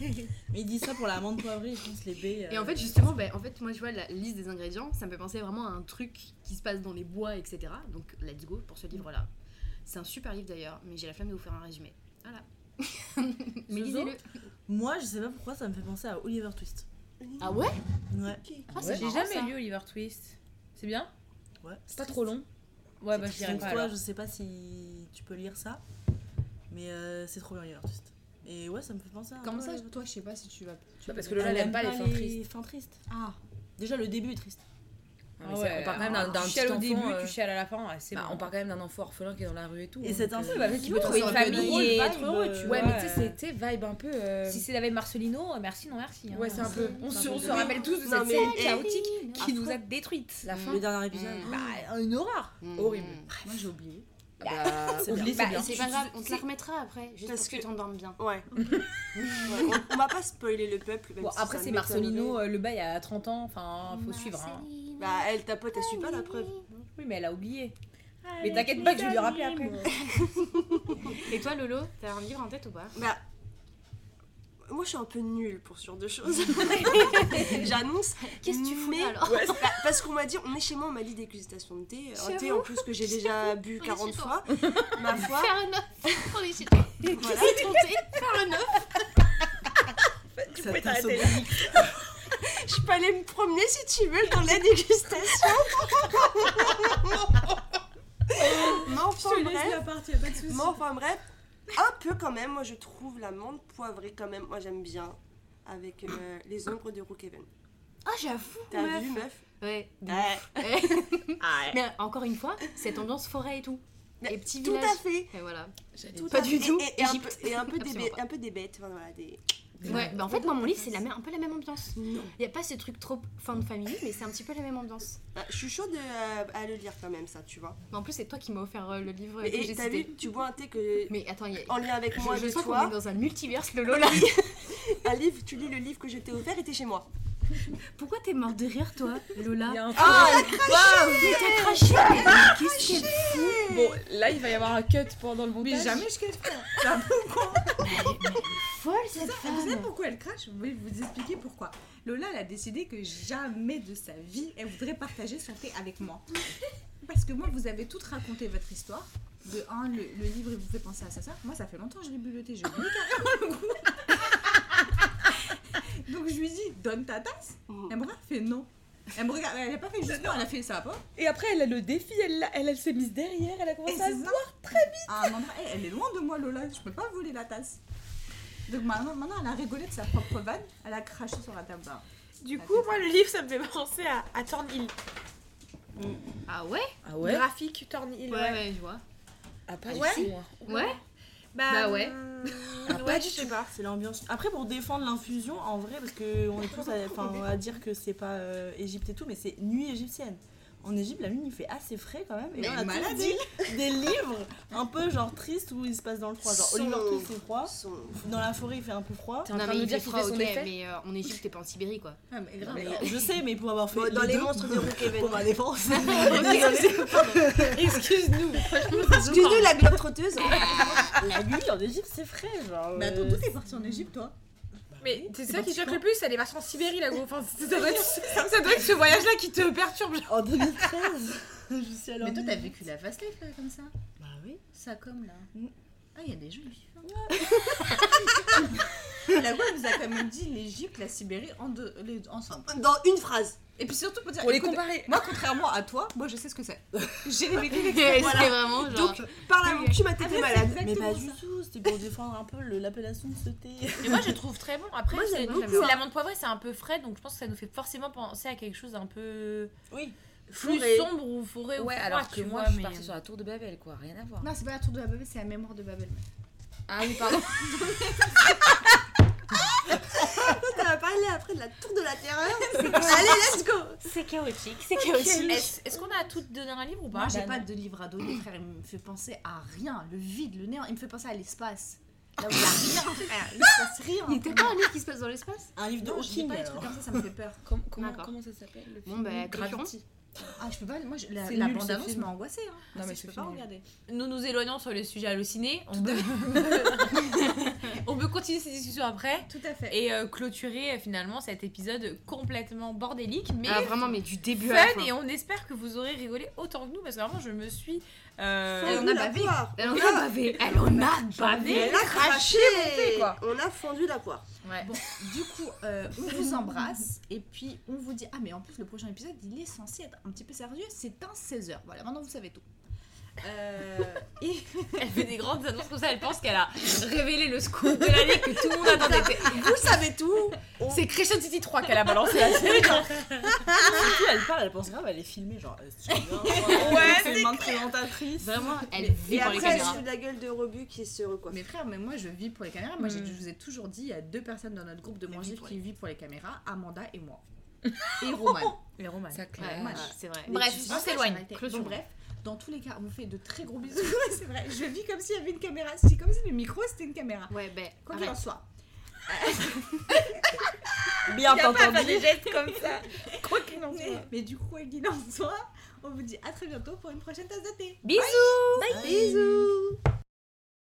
Speaker 1: Mais il dit ça pour la menthe poivrée, je pense les baies.
Speaker 4: Et en fait, justement, bah, en fait, moi, je vois la liste des ingrédients, ça me fait penser vraiment à un truc qui se passe dans les bois, etc. Donc, let's go pour ce livre-là. C'est un super livre d'ailleurs, mais j'ai la flemme de vous faire un résumé. Voilà. mais
Speaker 1: Zozo
Speaker 4: lisez-le.
Speaker 1: Moi, je sais pas pourquoi ça me fait penser à Oliver Twist.
Speaker 4: Ah ouais
Speaker 1: Ouais.
Speaker 4: Ah, c'est
Speaker 5: J'ai
Speaker 4: marrant,
Speaker 5: jamais
Speaker 4: ça.
Speaker 5: lu Oliver Twist. C'est bien
Speaker 7: c'est pas trop long.
Speaker 5: Ouais, bah je
Speaker 1: Donc
Speaker 5: dirais pas.
Speaker 1: toi,
Speaker 5: alors.
Speaker 1: je sais pas si tu peux lire ça, mais euh, c'est trop bien Oliver Twist. Et ouais, ça me fait penser à.
Speaker 8: Comme
Speaker 1: Ouais,
Speaker 8: ça,
Speaker 1: Oliver Twist.
Speaker 8: toi, je sais pas si tu vas. tu
Speaker 7: Bah, parce
Speaker 8: vas-
Speaker 7: que Lola
Speaker 1: Elle
Speaker 7: n'aime
Speaker 1: aime
Speaker 7: pas les fins tristes.
Speaker 1: fins tristes.
Speaker 8: Ah,
Speaker 1: Déjà, le début est triste.
Speaker 7: Ah, mais
Speaker 5: Ah
Speaker 7: ça,
Speaker 5: ouais,
Speaker 7: on part quand même d'un,
Speaker 5: tu
Speaker 7: d'un petit
Speaker 5: chiales
Speaker 7: enfant,
Speaker 5: au début,
Speaker 7: euh,
Speaker 5: tu chiales à la fin. ouais, c'est
Speaker 7: bah,
Speaker 5: bon.
Speaker 7: on part quand même d'un enfant orphelin qui est dans la rue et tout.
Speaker 1: Et cet
Speaker 7: donc,
Speaker 1: enfant,
Speaker 7: euh,
Speaker 1: bah,
Speaker 5: Ah Tu peux trouver une
Speaker 1: ça aurait
Speaker 5: famille
Speaker 1: drôle,
Speaker 5: et
Speaker 1: vibe,
Speaker 5: être heureux, tu
Speaker 1: euh,
Speaker 5: vois.
Speaker 7: Ouais, mais tu sais, c'était vibe un peu. euh,
Speaker 5: Si c'est la veille Marcelino, euh, merci, non merci. hein.
Speaker 7: Ouais, c'est un peu.
Speaker 5: On se,
Speaker 7: c'est un
Speaker 5: on
Speaker 7: peu
Speaker 5: se
Speaker 7: ça.
Speaker 5: rappelle tous de
Speaker 6: Non,
Speaker 5: cette
Speaker 6: mais-
Speaker 5: scène
Speaker 6: eh,
Speaker 5: chaotique qui nous a
Speaker 1: affreux.
Speaker 5: détruites.
Speaker 7: La fin.
Speaker 1: Le dernier épisode.
Speaker 4: Mmh.
Speaker 1: Ah,
Speaker 5: Bah, une horreur.
Speaker 4: Mmh.
Speaker 7: Horrible.
Speaker 8: moi j'ai oublié.
Speaker 7: Bah,
Speaker 1: C'est bien.
Speaker 7: oublie, c'est
Speaker 4: Bah,
Speaker 7: bien.
Speaker 4: c'est pas grave, on te la remettra après, juste
Speaker 6: Parce
Speaker 4: pour que,
Speaker 6: que-
Speaker 4: tu t'endormes bien.
Speaker 6: Ouais. Ouais, on, on va pas spoiler le peuple. Même
Speaker 5: Bon,
Speaker 6: si
Speaker 5: après,
Speaker 6: ça
Speaker 5: c'est
Speaker 6: m'étonnerait.
Speaker 5: Marcelino, euh, le bail à 30 ans, enfin, faut suivre. hein.
Speaker 6: Bah, elle, ta pote, elle suit pas la preuve.
Speaker 5: Oui, mais elle a oublié. Mais t'inquiète pas que je vais lui rappeler après.
Speaker 4: Et toi, Lolo, t'as un livre en tête ou pas
Speaker 6: Bah. Moi, je suis un peu nulle pour ce genre de choses. J'annonce.
Speaker 4: Qu'est-ce que tu fous
Speaker 6: mais-
Speaker 4: là, alors
Speaker 6: Ouais, bah, Parce qu'on m'a dit, on est chez moi, on m'a dit dégustation de thé. Un thé en plus que j'ai déjà bu
Speaker 4: chez
Speaker 6: 40
Speaker 4: toi.
Speaker 6: fois. Ma foi.
Speaker 4: Faire un œuf On est chez toi.
Speaker 6: Voilà.
Speaker 4: Qu'est-ce qu'on fait Faire un œuf
Speaker 1: Bah, Tu peux t'arrêter
Speaker 6: Je peux aller me promener si tu veux dans la dégustation. mais enfin bref,
Speaker 1: partie, y'a pas de soucis.
Speaker 6: mais enfin bref, un peu quand même, moi je trouve la menthe poivrée quand même, moi j'aime bien avec euh, les ombres de Rookhaven.
Speaker 4: Ah, j'avoue
Speaker 6: T'as
Speaker 4: meuf.
Speaker 6: vu meuf Bah,
Speaker 4: Ouais.
Speaker 6: Ouais.
Speaker 4: Mais encore une fois, cette ambiance forêt et tout. Et petit
Speaker 6: Tout
Speaker 4: village.
Speaker 6: à fait.
Speaker 4: Et voilà.
Speaker 6: Tout
Speaker 4: Pas
Speaker 6: à
Speaker 4: du
Speaker 6: fait.
Speaker 4: tout.
Speaker 6: Et, et un,
Speaker 4: Égypte.
Speaker 6: peu, et un peu des
Speaker 4: Absolument
Speaker 6: bêtes,
Speaker 4: pas.
Speaker 6: un peu des bêtes, enfin, voilà, des,
Speaker 4: Ouais, bah en fait, moi, mon livre, c'est la même- un peu la même ambiance. Il n'y a pas ce truc trop fin de famille, mais c'est un petit peu la même ambiance.
Speaker 6: Bah, je suis chaude euh, à le lire quand même, ça, tu vois.
Speaker 4: Mais en plus, c'est toi qui m'as offert euh, le livre
Speaker 6: Mais
Speaker 4: que
Speaker 6: et
Speaker 4: j'ai
Speaker 6: t'as
Speaker 4: cité.
Speaker 6: vu, tu bois un thé que.
Speaker 4: Mais attends, il y a-
Speaker 6: En lien avec moi
Speaker 4: je, je
Speaker 6: et
Speaker 4: sens qu'on
Speaker 6: toi,
Speaker 4: est dans un multiverse, Lolo, là.
Speaker 6: un livre, tu lis le livre que je t'ai offert et t'es chez moi.
Speaker 4: Pourquoi t'es morte de rire, toi, Lola
Speaker 7: Il y a un
Speaker 4: Ah, Mais t'as craché mais- mais Qu'est-ce qu'elle
Speaker 7: Bon, là, il va y avoir un cut pendant le montage.
Speaker 8: Mais jamais je cache pas.
Speaker 4: est folle, cette
Speaker 8: Vous savez
Speaker 4: femme
Speaker 8: pourquoi elle crache Je vais vous expliquer pourquoi. Lola, elle a décidé que jamais de sa vie, elle voudrait partager son thé avec moi. Parce que moi, vous avez toutes raconté votre histoire. De un, le, le livre vous fait penser à sa soeur. Moi, ça fait longtemps que je l'ai bu le thé, je l'ai carrément le goût. Donc je lui dis, donne ta tasse.
Speaker 4: Mm.
Speaker 8: Elle me regarde, elle fait non. Elle me regarde, elle a pas fait juste non, elle a fait ça va pas.
Speaker 7: Et après, elle a le défi, elle, l'a- elle, elle s'est mise derrière, elle a
Speaker 8: Et
Speaker 7: commencé à
Speaker 8: c'est
Speaker 7: se
Speaker 8: ça. À un moment, hey, elle est loin de moi, Lola, je peux pas voler la tasse. Donc maintenant, maintenant, elle a rigolé de sa propre vanne, elle a craché sur la table.
Speaker 9: Du coup, moi, le livre, ça me fait penser à, à Thornhill.
Speaker 4: Ah ouais
Speaker 7: Ah ouais
Speaker 9: Graphique Thornhill.
Speaker 4: Ouais, ouais, je vois.
Speaker 7: Ah, pas
Speaker 9: Ouais.
Speaker 7: du tout, moi.
Speaker 4: Ouais
Speaker 9: Bah,
Speaker 4: Bah ouais.
Speaker 9: hum,
Speaker 6: pas
Speaker 2: Ah,
Speaker 9: ouais,
Speaker 6: du
Speaker 9: je sais pas.
Speaker 2: C'est l'ambiance. Après, pour défendre l'infusion, en vrai, parce qu'on est tous à, enfin, à dire que c'est pas euh, Égypte et tout, mais c'est nuit égyptienne. En Égypte, la lune, il fait assez frais quand même. Et
Speaker 8: Mais
Speaker 2: là, on a tous
Speaker 8: malade.
Speaker 2: dit des livres un peu genre tristes où il se passe dans le froid. Genre, Oliver
Speaker 6: Son-
Speaker 2: Twist, c'est froid.
Speaker 6: Son-
Speaker 2: Dans la forêt, il fait un peu froid.
Speaker 7: T'es en train de nous dire
Speaker 4: fait
Speaker 7: qu'il fait
Speaker 4: froid,
Speaker 7: son
Speaker 4: ok,
Speaker 7: effet
Speaker 4: mais euh, en Égypte, t'es pas en Sibérie, quoi.
Speaker 8: Ah, mais grave.
Speaker 2: Mais je sais, mais pour avoir fait.
Speaker 6: Bon, dans les
Speaker 2: deux,
Speaker 6: monstres de Brookhaven.
Speaker 2: Pour ma défense.
Speaker 7: Excuse-nous
Speaker 6: Excuse-nous, la globe trotteuse.
Speaker 2: la nuit en Égypte, c'est frais, genre.
Speaker 8: Mais attends,
Speaker 2: euh,
Speaker 8: toi t'es parti en Égypte toi
Speaker 9: Mais c'est
Speaker 6: ben,
Speaker 9: ça qui choque le plus, elle est partie en Sibérie, la gros. Enfin, ça doit être, ça doit être ce voyage-là qui te perturbe. genre.
Speaker 2: En 2013, je suis allée en
Speaker 8: Mais toi t'as
Speaker 2: Égypte.
Speaker 8: vécu la fast
Speaker 7: euh,
Speaker 8: life là, comme ça
Speaker 2: Bah oui.
Speaker 8: Ça comme là
Speaker 2: Mm.
Speaker 8: Ah il y a des gens ils vivent là. La voix nous a quand même dit l'Égypte, la Sibérie en deux, les- ensemble.
Speaker 6: Dans une phrase.
Speaker 8: Et puis surtout pour dire.
Speaker 7: Pour les
Speaker 8: écoute,
Speaker 7: comparer
Speaker 8: Moi contrairement à toi, moi je sais ce que c'est. J'ai vécu
Speaker 4: C'est
Speaker 8: l'expérience.
Speaker 4: vraiment genre.
Speaker 6: Donc, par là, mon cul m'a tête malade. bah,
Speaker 2: Mais pas
Speaker 8: ça.
Speaker 2: du tout, c'était pour défendre un peu le- l'appellation de ce thé.
Speaker 5: Mais moi je trouve très bon. Après,
Speaker 6: Moi,
Speaker 5: c'est
Speaker 6: j'aime beaucoup, hein.
Speaker 5: c'est l'amande poivrée, c'est un peu frais, donc je pense que ça nous fait forcément penser à quelque chose d'un peu
Speaker 2: Oui.
Speaker 5: plus
Speaker 6: Fourré.
Speaker 5: sombre ou forêt ou
Speaker 7: Ouais,
Speaker 5: froid,
Speaker 7: alors que
Speaker 5: tu
Speaker 7: moi,
Speaker 5: vois,
Speaker 7: je suis
Speaker 5: mais-
Speaker 7: partie sur la tour de Babel, quoi, rien à voir.
Speaker 4: Non, c'est pas la tour de Babel, c'est la mémoire de Babel.
Speaker 7: Ah oui, pardon.
Speaker 6: Toi, t'as parlé après de la tour de la terreur. Allez, let's go.
Speaker 4: C'est chaotique, c'est chaotique.
Speaker 5: Est-ce est-ce qu'on a à toutes donné un livre ou pas
Speaker 8: Moi j'ai
Speaker 5: Bah,
Speaker 8: pas
Speaker 5: non.
Speaker 8: de livre à donner frère, il me fait penser à rien, le vide, le néant, il me fait penser à l'espace. Là où il y a rien, frère, il se passe rien.
Speaker 4: Il était pas un livre qui se passe dans l'espace
Speaker 2: Un livre de
Speaker 8: Non, je dis
Speaker 2: Hawking.
Speaker 8: pas des trucs
Speaker 2: alors.
Speaker 8: comme ça, ça me fait peur.
Speaker 7: Com- comment,
Speaker 4: D'accord.
Speaker 7: comment ça s'appelle le
Speaker 4: Bon,
Speaker 7: film
Speaker 4: bah, Gravity.
Speaker 8: Ah, je peux pas. Moi, je- la,
Speaker 7: C'est
Speaker 8: la
Speaker 7: nul, ce
Speaker 8: bande-annonce
Speaker 7: film.
Speaker 8: m'a angoissée. Hein.
Speaker 7: Non,
Speaker 8: Ah,
Speaker 7: mais
Speaker 8: je
Speaker 7: ce
Speaker 8: peux pas
Speaker 7: film est nul.
Speaker 8: regarder.
Speaker 5: Nous nous éloignons sur le sujet halluciné. On, peut... on peut continuer cette discussion après
Speaker 8: Tout à fait.
Speaker 5: et euh, clôturer euh, finalement cet épisode complètement bordélique, mais
Speaker 4: Ah, vraiment, mais du début à la
Speaker 5: fun.
Speaker 4: fin.
Speaker 5: Et on espère que vous aurez rigolé autant que nous parce que vraiment je me suis. euh,
Speaker 6: Fondu
Speaker 4: on a
Speaker 6: la
Speaker 4: bavé.
Speaker 6: poire.
Speaker 4: Elle en a bavé, elle en a bavé.
Speaker 6: Elle a craché.
Speaker 9: thé, quoi.
Speaker 6: On a fondu la poire.
Speaker 5: ouais.
Speaker 8: Du coup, euh, on vous embrasse et puis on vous dit Ah, mais en plus, le prochain épisode, il est censé être un petit peu sérieux. C'est un 16h. Voilà, maintenant vous savez tout. Euh, et
Speaker 5: Elle fait des grandes annonces comme ça, elle pense qu'elle a révélé le scoop de l'année que tout le monde attendait.
Speaker 6: Vous savez tout.
Speaker 5: C'est Crescent City 3 qu'elle a balancé la série. genre.
Speaker 2: Puis elle parle, elle pense grave, elle est filmée, genre. euh, c'est bien, Ouais, c'est une présentatrice.
Speaker 4: Vraiment, elle
Speaker 6: Et
Speaker 4: vit pour les
Speaker 6: après, je
Speaker 4: caméras.
Speaker 6: suis de la gueule de Rebu qui se recoiffe.
Speaker 8: mes frères, mais moi, je vis pour les caméras. Moi, j'ai-
Speaker 5: Mm.
Speaker 8: je vous ai toujours dit il y a deux personnes dans notre groupe de
Speaker 2: Mais
Speaker 8: moins
Speaker 2: vit
Speaker 8: juifs
Speaker 2: pour
Speaker 8: qui vivent pour les caméras Amanda et moi. Et Roman.
Speaker 5: Mais Roman.
Speaker 7: Ça
Speaker 4: Ouais,
Speaker 7: claque.
Speaker 8: dommage.
Speaker 4: c'est vrai.
Speaker 8: Mais
Speaker 5: Bref,
Speaker 8: tu-
Speaker 5: on s'éloigne.
Speaker 8: Arrêtez.
Speaker 5: Clôture.
Speaker 8: Bon, bref, dans tous les cas, on vous fait de très gros bisous. Ouais, c'est vrai, je vis comme s'il y avait une caméra. C'est comme si le micro c'était une caméra.
Speaker 4: Ouais, ben,
Speaker 8: Quoi qu'il
Speaker 4: arrête.
Speaker 8: en soit.
Speaker 2: Bien entendu.
Speaker 8: Mais, mais du coup, quoi qu'il en soit, on vous dit à très bientôt pour une prochaine tasse de thé.
Speaker 5: Bisous
Speaker 2: Bisous.